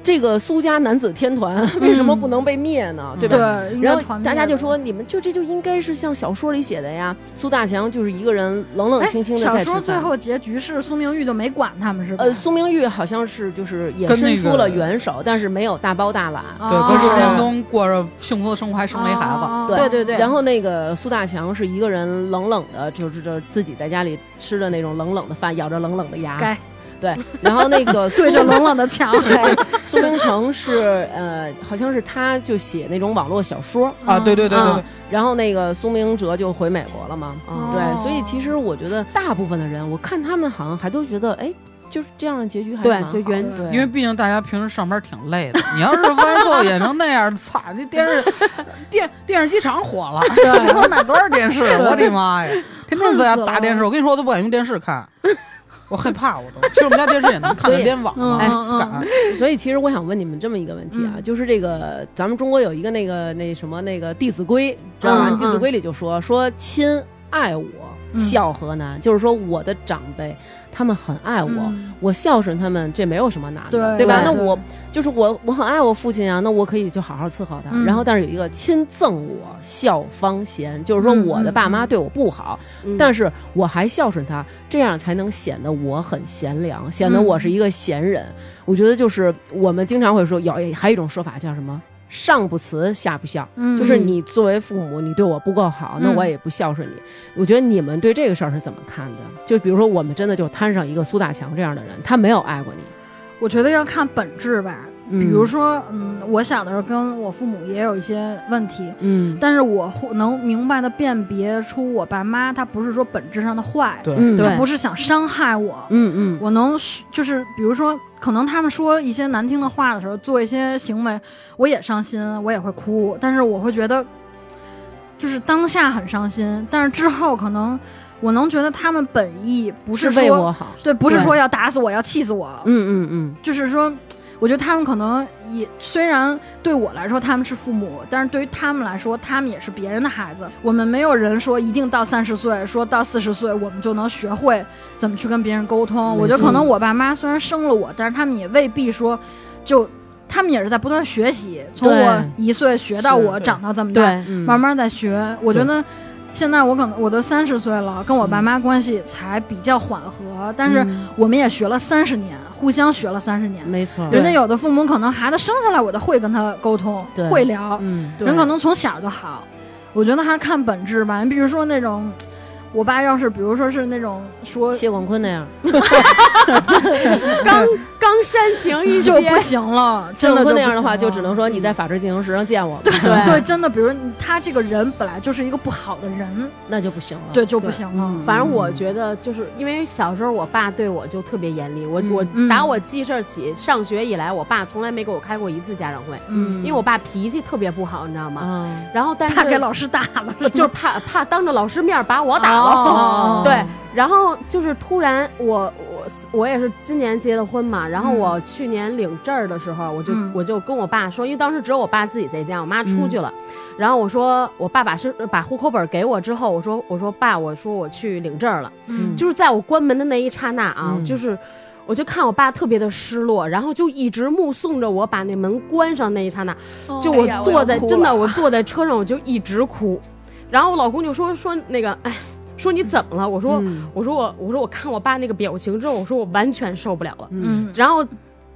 这个苏家男子天团为什么不能被灭呢？对吧？嗯对，然后大家就说：“你们就这就应该是像小说里写的呀。”苏大强就是一个人冷冷清清的哎小在吃说饭。最后结局是苏明玉就没管他们是吧？呃，苏明玉好像是就是也跟那伸出了个援手，但是没有大包大揽。对，跟哦石建东过着幸福的生活，还生了一孩子。哦对对对然后那个苏大强是一个人冷冷的，就是就是自己在家里吃的那种冷冷的饭，咬着冷冷的牙。该对，然后那个。对着冷冷的墙对苏明成是呃，好像是他就写那种网络小说。啊，对对对对啊对，然后那个苏明哲就回美国了嘛，哦对，所以其实我觉得大部分的人，我看他们好像还都觉得，哎，就是这样的结局还是对蛮好就的原对因为毕竟大家平时上班挺累的，你要是万一最后演成那样，操！这电视电电视机厂火了，这他妈买多少电视？啊我的妈呀！天天在家打电视，我跟你说，我都不敢用电视看，我害怕，我都。其实我们家电视也能看得联网嗯嘛，所以不敢。 所以其实我想问你们这么一个问题啊，就是这个咱们中国有一个那个那什么那个《弟子规》，知道吧？嗯嗯弟子规》里就说说亲爱我，孝河南，就是说我的长辈他们很爱我。嗯我孝顺他们，这没有什么难的，对吧？对那我就是我，我很爱我父亲啊，那我可以就好好伺候他。嗯然后，但是有一个亲赠我孝方贤，就是说嗯我的爸妈嗯嗯对我不好，但是我还孝顺他，这样才能显得我很贤良，显得嗯我是一个贤人。我觉得就是我们经常会说，有还有一种说法叫什么？上不慈下不孝，嗯就是你作为父母，你对我不够好，那嗯我也不孝顺你。我觉得你们对这个事儿是怎么看的？就比如说，我们真的就摊上一个苏大强这样的人，他没有爱过你，我觉得要看本质吧。嗯比如说，嗯，我小的时候跟我父母也有一些问题，嗯，但是我会能明白的辨别出我爸妈他不是说本质上的坏，对嗯他不是想伤害我，嗯嗯我能就是比如说，可能他们说一些难听的话的时候，做一些行为，我也伤心，我也会哭，但是我会觉得，就是当下很伤心，但是之后可能我能觉得他们本意不是为说我好，对，不是对说要打死我，要气死我，嗯嗯嗯，就是说，我觉得他们可能也虽然对我来说他们是父母，但是对于他们来说，他们也是别人的孩子。我们没有人说一定到三十岁，说到四十岁我们就能学会怎么去跟别人沟通。我觉得可能我爸妈虽然生了我，但是他们也未必说就。他们也是在不断学习，从对我一岁学到是我对长到这么大，对，慢慢在学。我觉得现在我可能我都三十岁了，跟我爸妈关系才比较缓和，但是嗯我们也学了三十年，互相学了三十年。没错，人家有的父母可能孩子生下来我都会跟他沟通对，会聊，嗯人可能从小就好。我觉得还是看本质吧。你比如说那种，我爸要是比如说是那种说谢广坤那样，刚刚煽情一些就，不行了，谢真广的坤那就样的话，不行就了只能说哎你在法制进行时上见我吧，对对，真的，比如他这个人本来就是一个不好的人，那就不行了。对就不行了。反正我觉得，就是因为小时候我爸对我就特别严厉，我、嗯我打我记事儿起，上学以来，我爸从来没给我开过一次家长会，嗯因为我爸脾气特别不好，你知道吗？啊，然后但是怕给老师打了，就是怕怕当着老师面把我打了，哦 对，然后就是突然我我我也是今年结的婚嘛，然后嗯我去年领证儿的时候，我就、嗯我就跟我爸说，因为当时只有我爸自己在家，我妈出去了，然后我说我爸把身把户口本给我之后，我说我说爸，我说我去领证儿了，嗯就是在我关门的那一刹那啊，嗯就是。我就看我爸特别的失落，然后就一直目送着我把那门关上那一刹那，哦就哎我坐在、真的我坐在车上我就一直哭，然后我老公就说说那个哎，说你怎么了？我说、嗯我说我我说我看我爸那个表情之后，我说我完全受不了了。嗯然后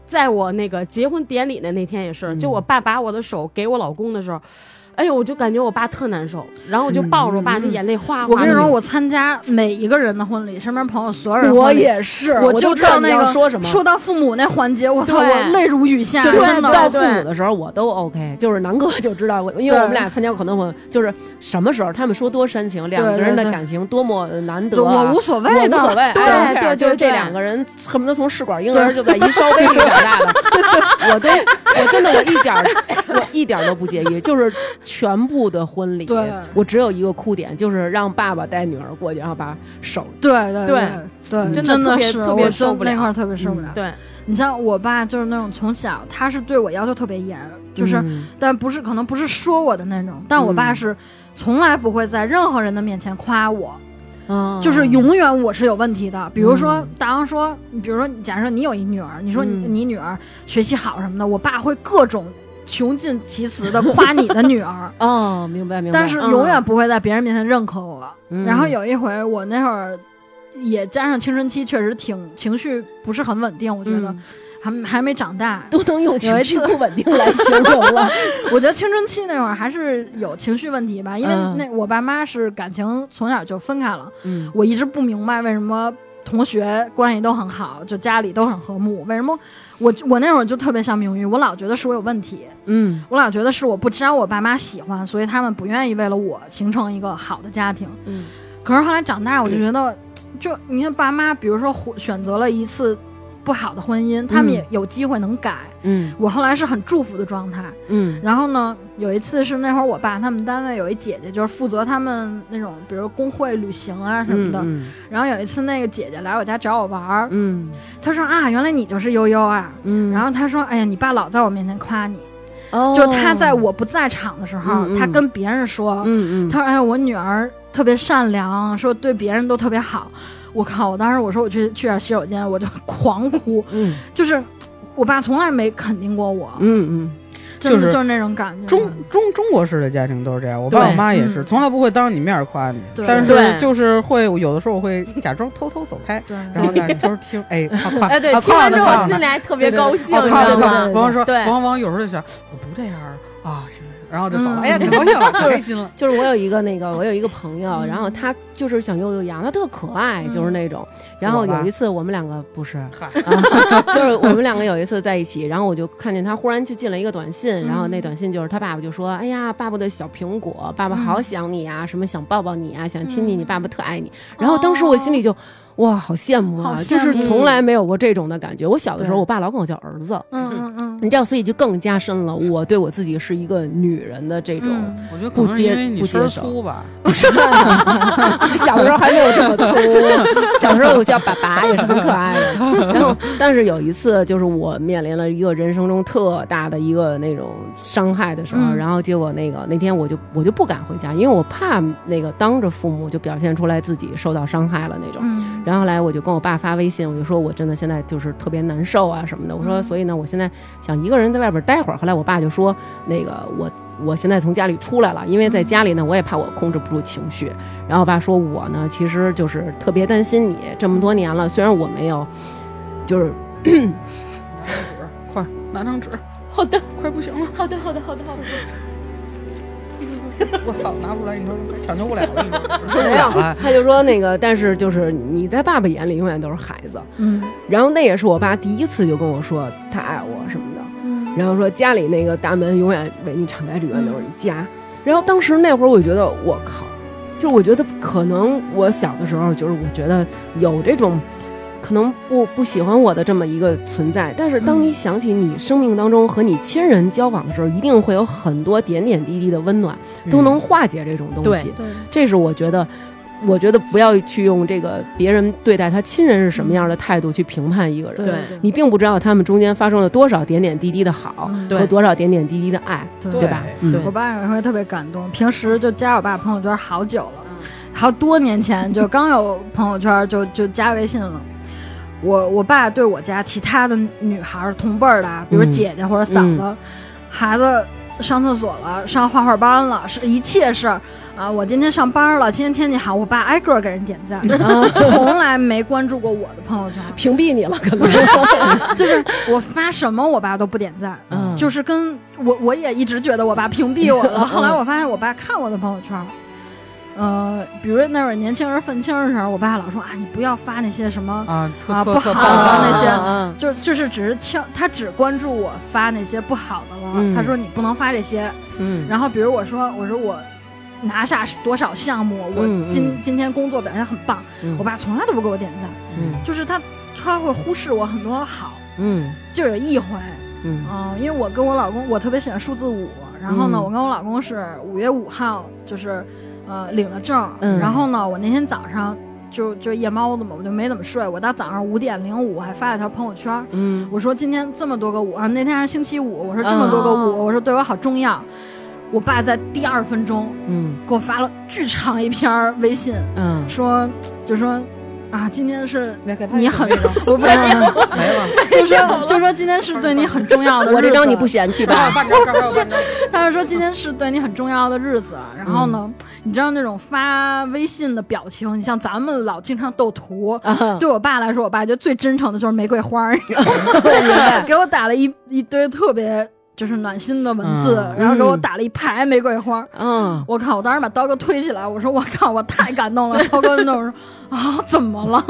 在我那个结婚典礼的那天也嗯是，就我爸把我的手给我老公的时候。哎呦，我就感觉我爸特难受，然后我就抱着我爸，那眼泪哗哗。嗯我跟你说，，我参加每一个人的婚礼，身边朋友所有人的嗯我婚礼，也是，我就就知知道道你那要个说什么，说到父母那环节，我操，对我泪如雨下，就是真的到父母的时候，我都 OK。就是南哥 就知道我，因为我们俩参加过很多婚，就是什么时候他们说多煽情，两个人的感情多么难得、啊。我无所我谓无的，所谓，对 I don't care，对对就是这对两个人恨不得从试管婴儿就在一烧杯里长大的，我都我真的我一点儿我一点儿都不介意，就是全部的婚礼对，我只有一个哭点，就是让爸爸带女儿过去，然后把手对对对嗯对，真的真特别是，特别我受真不了嗯那块儿特别受不了。对，你像我爸就是那种从小，他是对我要求特别严，就是嗯但不是可能不是说我的那种，但我爸嗯是从来不会在任何人的面前夸我。嗯就是永远我是有问题的。比如嗯说，大王说，比如说，假设你有一女儿，你说你嗯，你女儿学习好什么的，我爸会各种穷尽其词的夸你的女 儿哦，明白明白。但嗯是永远不会在别人面前认可我。嗯然后有一回，我那会儿也加上青春期，确实挺情绪不是很稳定，我觉得嗯还还没长大。 都能用有情一绪次不稳定来 形容了。我觉得青春期那会儿还是有情绪问题吧，因为嗯那我爸妈是感情从小就分开了。嗯我一直不明白为什么同学关系都很好，就家里都很和睦，为什么我我那会儿就特别像明玉，我老觉得是我有问题，嗯我老觉得是我不招我爸妈喜欢，所以他们不愿意为了我形成一个好的家庭。嗯，可是后来长大，我就觉得，就你看爸妈，比如说婚选择了一次不好的婚姻，他们也有机会能改。嗯我后来是很祝福的状态。嗯然后呢，有一次是那会儿我爸他们单位有一姐姐，就是负责他们那种，比如工会旅行啊什么的。嗯然后有一次，那个姐姐来我家找我玩儿，嗯她说啊，原来你就是悠悠啊。嗯然后她说，哎呀，你爸老在我面前夸你，后就是他在我不在场的时候，哦嗯嗯他跟别人说，嗯嗯，他说，哎呀，我女儿特别善良，说对别人都特别好。我靠！我当时我说我去去点洗手间，我就狂哭，嗯就是我爸从来没肯定过我，嗯嗯真的就是就是那种感觉。中中中国式的家庭都是这样，我爸对我妈也是，嗯从来不会当着你面儿夸你，对但是对就是会有的时候会假装偷偷走开，对，然后在偷偷 听，哎，夸夸，哎，对啊，听完之后夸呢夸呢心里还特别对对对高兴，哦你知夸道呢夸吗？呢王王说，对王王有时候就想，我不这样儿啊，行行，行然后就走了，嗯哎呀，可高兴了，可开心了，就是我有一个那个，我有一个朋嗯友，然后他就是想悠悠养，他特可爱，就是那种。然后我吧有一次我们两个不是，啊嗨， 就是我们两个有一次在一起，然后我就看见他忽然就进了一个短信，然后嗯那短信就是他爸爸就说：“哎呀，爸爸的小苹果，爸爸好嗯想你啊，什么想抱抱你啊，想亲你，你爸爸特爱你。”然后当时我心里就。哇，好羡慕啊！哦好羡慕就是从来没有过这种的感觉。我小的时候，我爸老管我叫儿子，嗯嗯你知道，所以就更加深了我对我自己是一个女人的这种。嗯，我觉得可能是因为你不接声儿不接受粗吧， 小时候还没有这么粗，小时候我叫爸爸也是很可爱的。然后，但是有一次，就是我面临了一个人生中特大的一个那种伤害的时候，嗯然后结果那个那天我就我就不敢回家，因为我怕那个当着父母就表现出来自己受到伤害了那种。嗯然后后来我就跟我爸发微信，我就说我真的现在就是特别难受啊什么的。我说，嗯所以呢，我现在想一个人在外边待会儿。后来我爸就说，那个我我现在从家里出来了，因为在家里呢，我也怕我控制不住情绪。然后我爸说我呢，其实就是特别担心你，这么多年了，虽然我没有，就是快拿张纸，好的，快不行了， 嗯好的，好的，好的，好的。我操，拿不出来，你说快抢救不了了，你说哎受 不没有了 了，，啊他就说那个，但是就是你在爸爸眼里永远都是孩子。嗯然后那也是我爸第一次就跟我说他爱我什么的。嗯，然后说家里那个大门永远为你敞开，里面都是你家。然后当时那会儿，我觉得我靠，就是我觉得可能我小的时候，就是我觉得有这种可能不不喜欢我的这么一个存在。但是当你想起你生命当中和你亲人交往的时候，一定会有很多点点滴滴的温暖，嗯都能化解这种东西。对，这是我觉得。我觉得不要去用这个别人对待他亲人是什么样的态度去评判一个人，对对你并不知道他们中间发生了多少点点滴滴的好嗯和多少点点滴滴的爱，对对吧？对嗯我爸有一回特别感动，平时就加我爸朋友圈好久了，嗯好多年前就刚有朋友圈就就加微信了。我我爸对我家其他的女孩儿同辈儿的啊，比如嗯姐姐或者嫂子，孩子上厕所了，上画画班了，是一切事儿啊。我今天上班了，今天天气好，我爸挨个儿给人点赞， 从来没关注过我的朋友圈。屏蔽你了，可能。 就是我发什么，我爸都不点赞，嗯就是跟我我也一直觉得我爸屏蔽我 了。后来我发现我爸看我的朋友圈，呃，比如那会儿年轻人愤青的时候，我爸老说啊，你不要发那些什么，啊，特啊特不特好棒啊棒那些啊就就是只是呛，他只关注我发那些不好的了。嗯他说你不能发这些。嗯然后比如我说我说我。拿下多少项目？我嗯嗯今、今天工作表现很棒，嗯我爸从来都不给我点赞，嗯就是他他会忽视我很多好。嗯就有一回，嗯嗯，因为我跟我老公，我特别喜欢数字五，然后呢，嗯我跟我老公是五月五号，就是呃领的证，嗯然后呢，我那天早上就就夜猫子嘛，我就没怎么睡，我到早上五点零五还发了条朋友圈。嗯嗯我说今天这么多个五啊，那天还是星期五。我说这么多个五，哦我说对我好重要。我爸在第二分钟嗯给我发了巨长一篇儿微信，嗯，说就说啊，今天是来给他你一个很那种我不是没了。就说就说今天是对你很重要的日子，嗯我这张你不嫌弃把吧？我办着办着办着他就说今天是对你很重要的日子，然后呢，你知道那种发微信的表情，你像咱们老经常斗图，啊，对我爸来说，我爸觉得最真诚的就是玫瑰花儿，明白。给我打了一一堆特别就是暖心的文字，嗯然后给我打了一排玫瑰花儿。嗯，我靠！我当时把刀哥推起来，我说我靠，我太感动了。刀哥那种说啊，怎么了？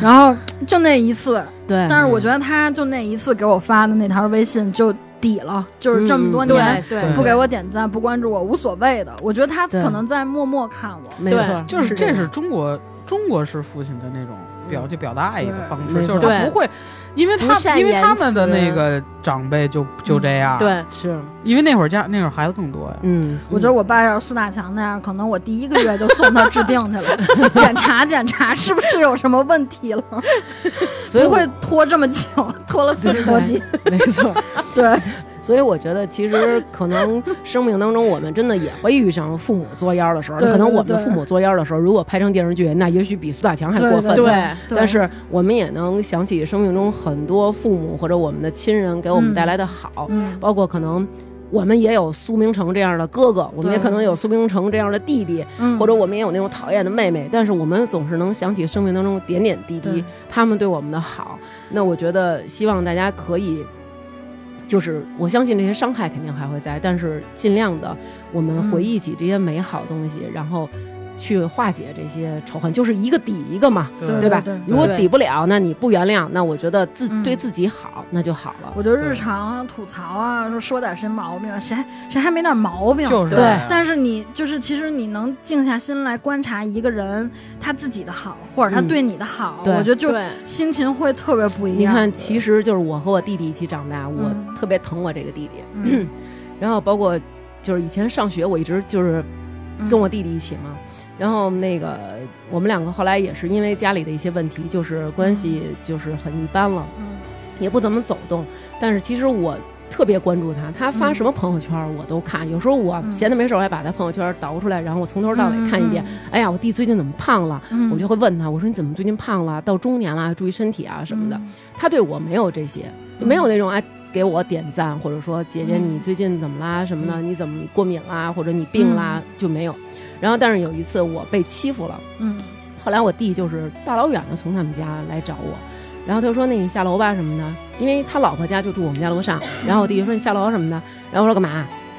然后就那一次，对，但是我觉得他就那一次给我发的那条微信就抵了，就是这么多嗯年对对对不给我点赞、不关注我无所谓的。我觉得他对嗯可能在默默看我。没错，对就是这这样是中国中国式父亲的那种表就表达爱意的方对式，就是没错他不会，因为不他善因为言他们的辞那个长辈就就这样，，对，是，因为那会儿家那会儿孩子更多呀，嗯，我觉得我爸要是苏大强那样，可能我第一个月就送他治病去 了，检查检查是不是有什么问题了，所以不我会拖这么久，拖了四十多集。没错，对，所以我觉得，其 实可能生命当中，我们真的也会遇上父母作妖的时候。对可能我们对的对父母作妖的时候，如果拍成电视剧，那也许比苏大强还过分。对对对但是我们也能想起生命中很多父母或者我们的亲人给我们带来的好，嗯，包括可能。我们也有苏明成这样的哥哥，我们也可能有苏明成这样的弟弟，嗯或者我们也有那种讨厌的妹妹，但是我们总是能想起生命当中点点滴滴对，他们对我们的好。那我觉得，希望大家可以，就是我相信这些伤害肯定还会在，但是尽量的，我们回忆起这些美好东嗯西，然后去化解这些仇恨，就是一个抵一个嘛，对吧？对对如果抵不了，那你不原谅，那我觉得自、嗯对自己好，那就好了。我觉得日常啊吐槽啊，说说点谁毛病，谁谁还没点毛病，就是对嗯但是你就是，其实你能静下心来观察一个人他自己的好，或者他嗯对你的好，对我觉得就对心情会特别不一你样。看，其实就是我和我弟弟一起长大，我嗯特别疼我这个弟弟，嗯 然后包括就是以前上学，我一直就是嗯跟我弟弟一起嘛。然后那个我们两个后来也是因为家里的一些问题，就是关系就是很一般了，嗯也不怎么走动。但是其实我特别关注他，他发嗯什么朋友圈我都看。有时候我嗯闲的没事儿，我还把他朋友圈倒出来，然后我从头到尾看一遍。，哎呀，我弟最近怎么胖了？嗯我就会问他，我说你怎么最近胖了？到中年了，注意身体啊什么的。，他对我没有这些，就没有那种哎给我点赞，或者说姐姐嗯你最近怎么啦什么的，你怎么过敏啦，或者你病啦、就没有。然后但是有一次我被欺负了，嗯后来我弟就是大老远的从他们家来找我。然后他就说：“那你下楼吧什么的，因为他老婆家就住我们家楼 上。”然后我弟就说：“你下楼什么的。”然后我说：“干嘛？”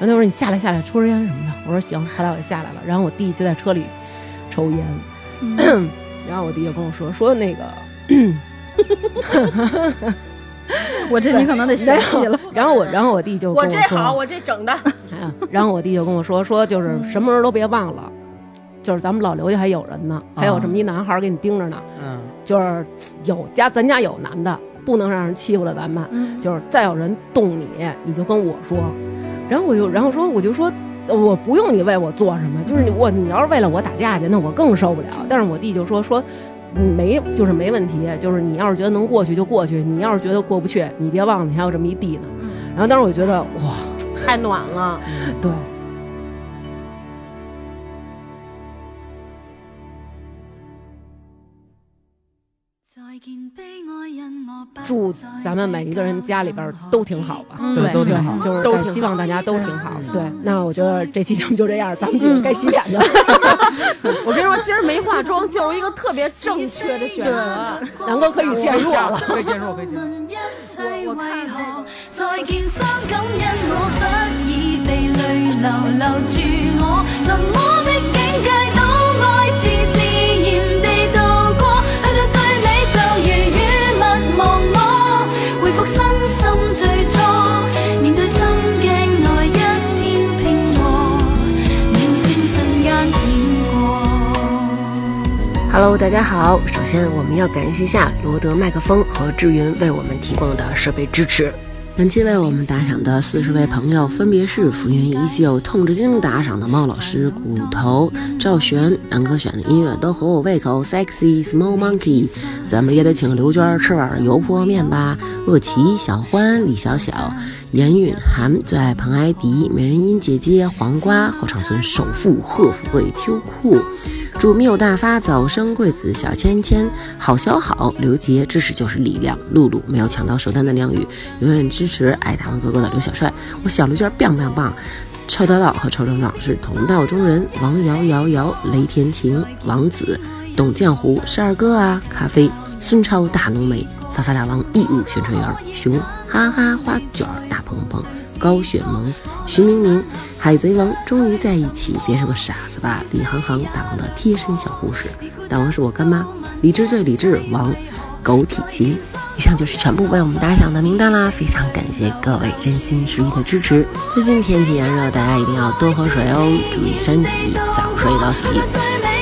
然后他说：“你下来下来，抽根烟什么的。”我说：“行。”后来我就下来了，然后我弟就在车里抽烟。嗯， 然后我弟就跟我说：“说那个嗯我这你可能得嫌弃了。然后我，然后我弟就跟我我这说好，我这整的，哎呀然后我弟就跟我说，说就是什么时候都别忘了，就是咱们老刘家还有人呢，还有这啊么一男孩儿给你盯着呢，嗯，就是有家咱家有男的，不能让人欺负了咱们，嗯，就是再有人动你，你就跟我说。然后我就，然后说我就说。呃我不用你为我做什么，就是你我你要是为了我打架去，那我更受不了。但是我弟就说说，嗯没就是没问题，就是你要是觉得能过去就过去，你要是觉得过不去，你别忘了你还有这么一弟呢。嗯然后当时我觉得哇，嗯太暖了。对，祝咱们每一个人家里边儿都挺好吧。嗯对，对都挺好。就是都但挺希望大家都挺好。嗯对，那我觉得这期节目就这样，咱们嗯嗯就该洗脸去了。 我跟你说，今儿没化妆就是 一个特别正确的选择。南哥可以介入了。可以介入，可以介入。我看何？再見傷感因我不已被淚流留住我，什麼的境界都愛自自然地度過，去到最尾就如雨勿忘我，回復身心最初，面對心境內一片拼和，秒聲瞬間閃過。 Hello，大家好。首先，我们要感谢一下罗德麦克风和志云为我们提供的设备支持。本期为我们打赏的四十位朋友分别是：浮云依旧、痛之精打赏的猫老师、骨头、赵璇、南哥选的音乐都合我胃口，sexy small monkey。咱们也得请刘娟吃碗油泼面吧。若琪、小欢、李小小、严韵涵最爱彭艾迪、美人音姐姐、黄瓜、后场村首富贺富贵、秋裤。祝缪大发早生贵子小芊芊好小好刘杰知识就是力量露露没有抢到首单的梁宇永远支持爱大王哥哥的刘小帅我小刘娟儿 biang biang biang 臭道道和臭厂长是同道中人王瑶瑶瑶雷天晴王子董江湖是二哥啊咖啡孙超大浓眉发发大王义务宣传员熊哈哈花卷儿大鹏鹏高雪萌徐明明海贼王终于在一起，别是个傻子吧？李航航，大王的贴身小护士，大王是我干妈，理智最理智王，狗体琴。以上就是全部为我们打赏的名单啦，非常感谢各位真心实意的支持。最近天气炎热，大家一定要多喝水哦，注意身体，早睡早起。最美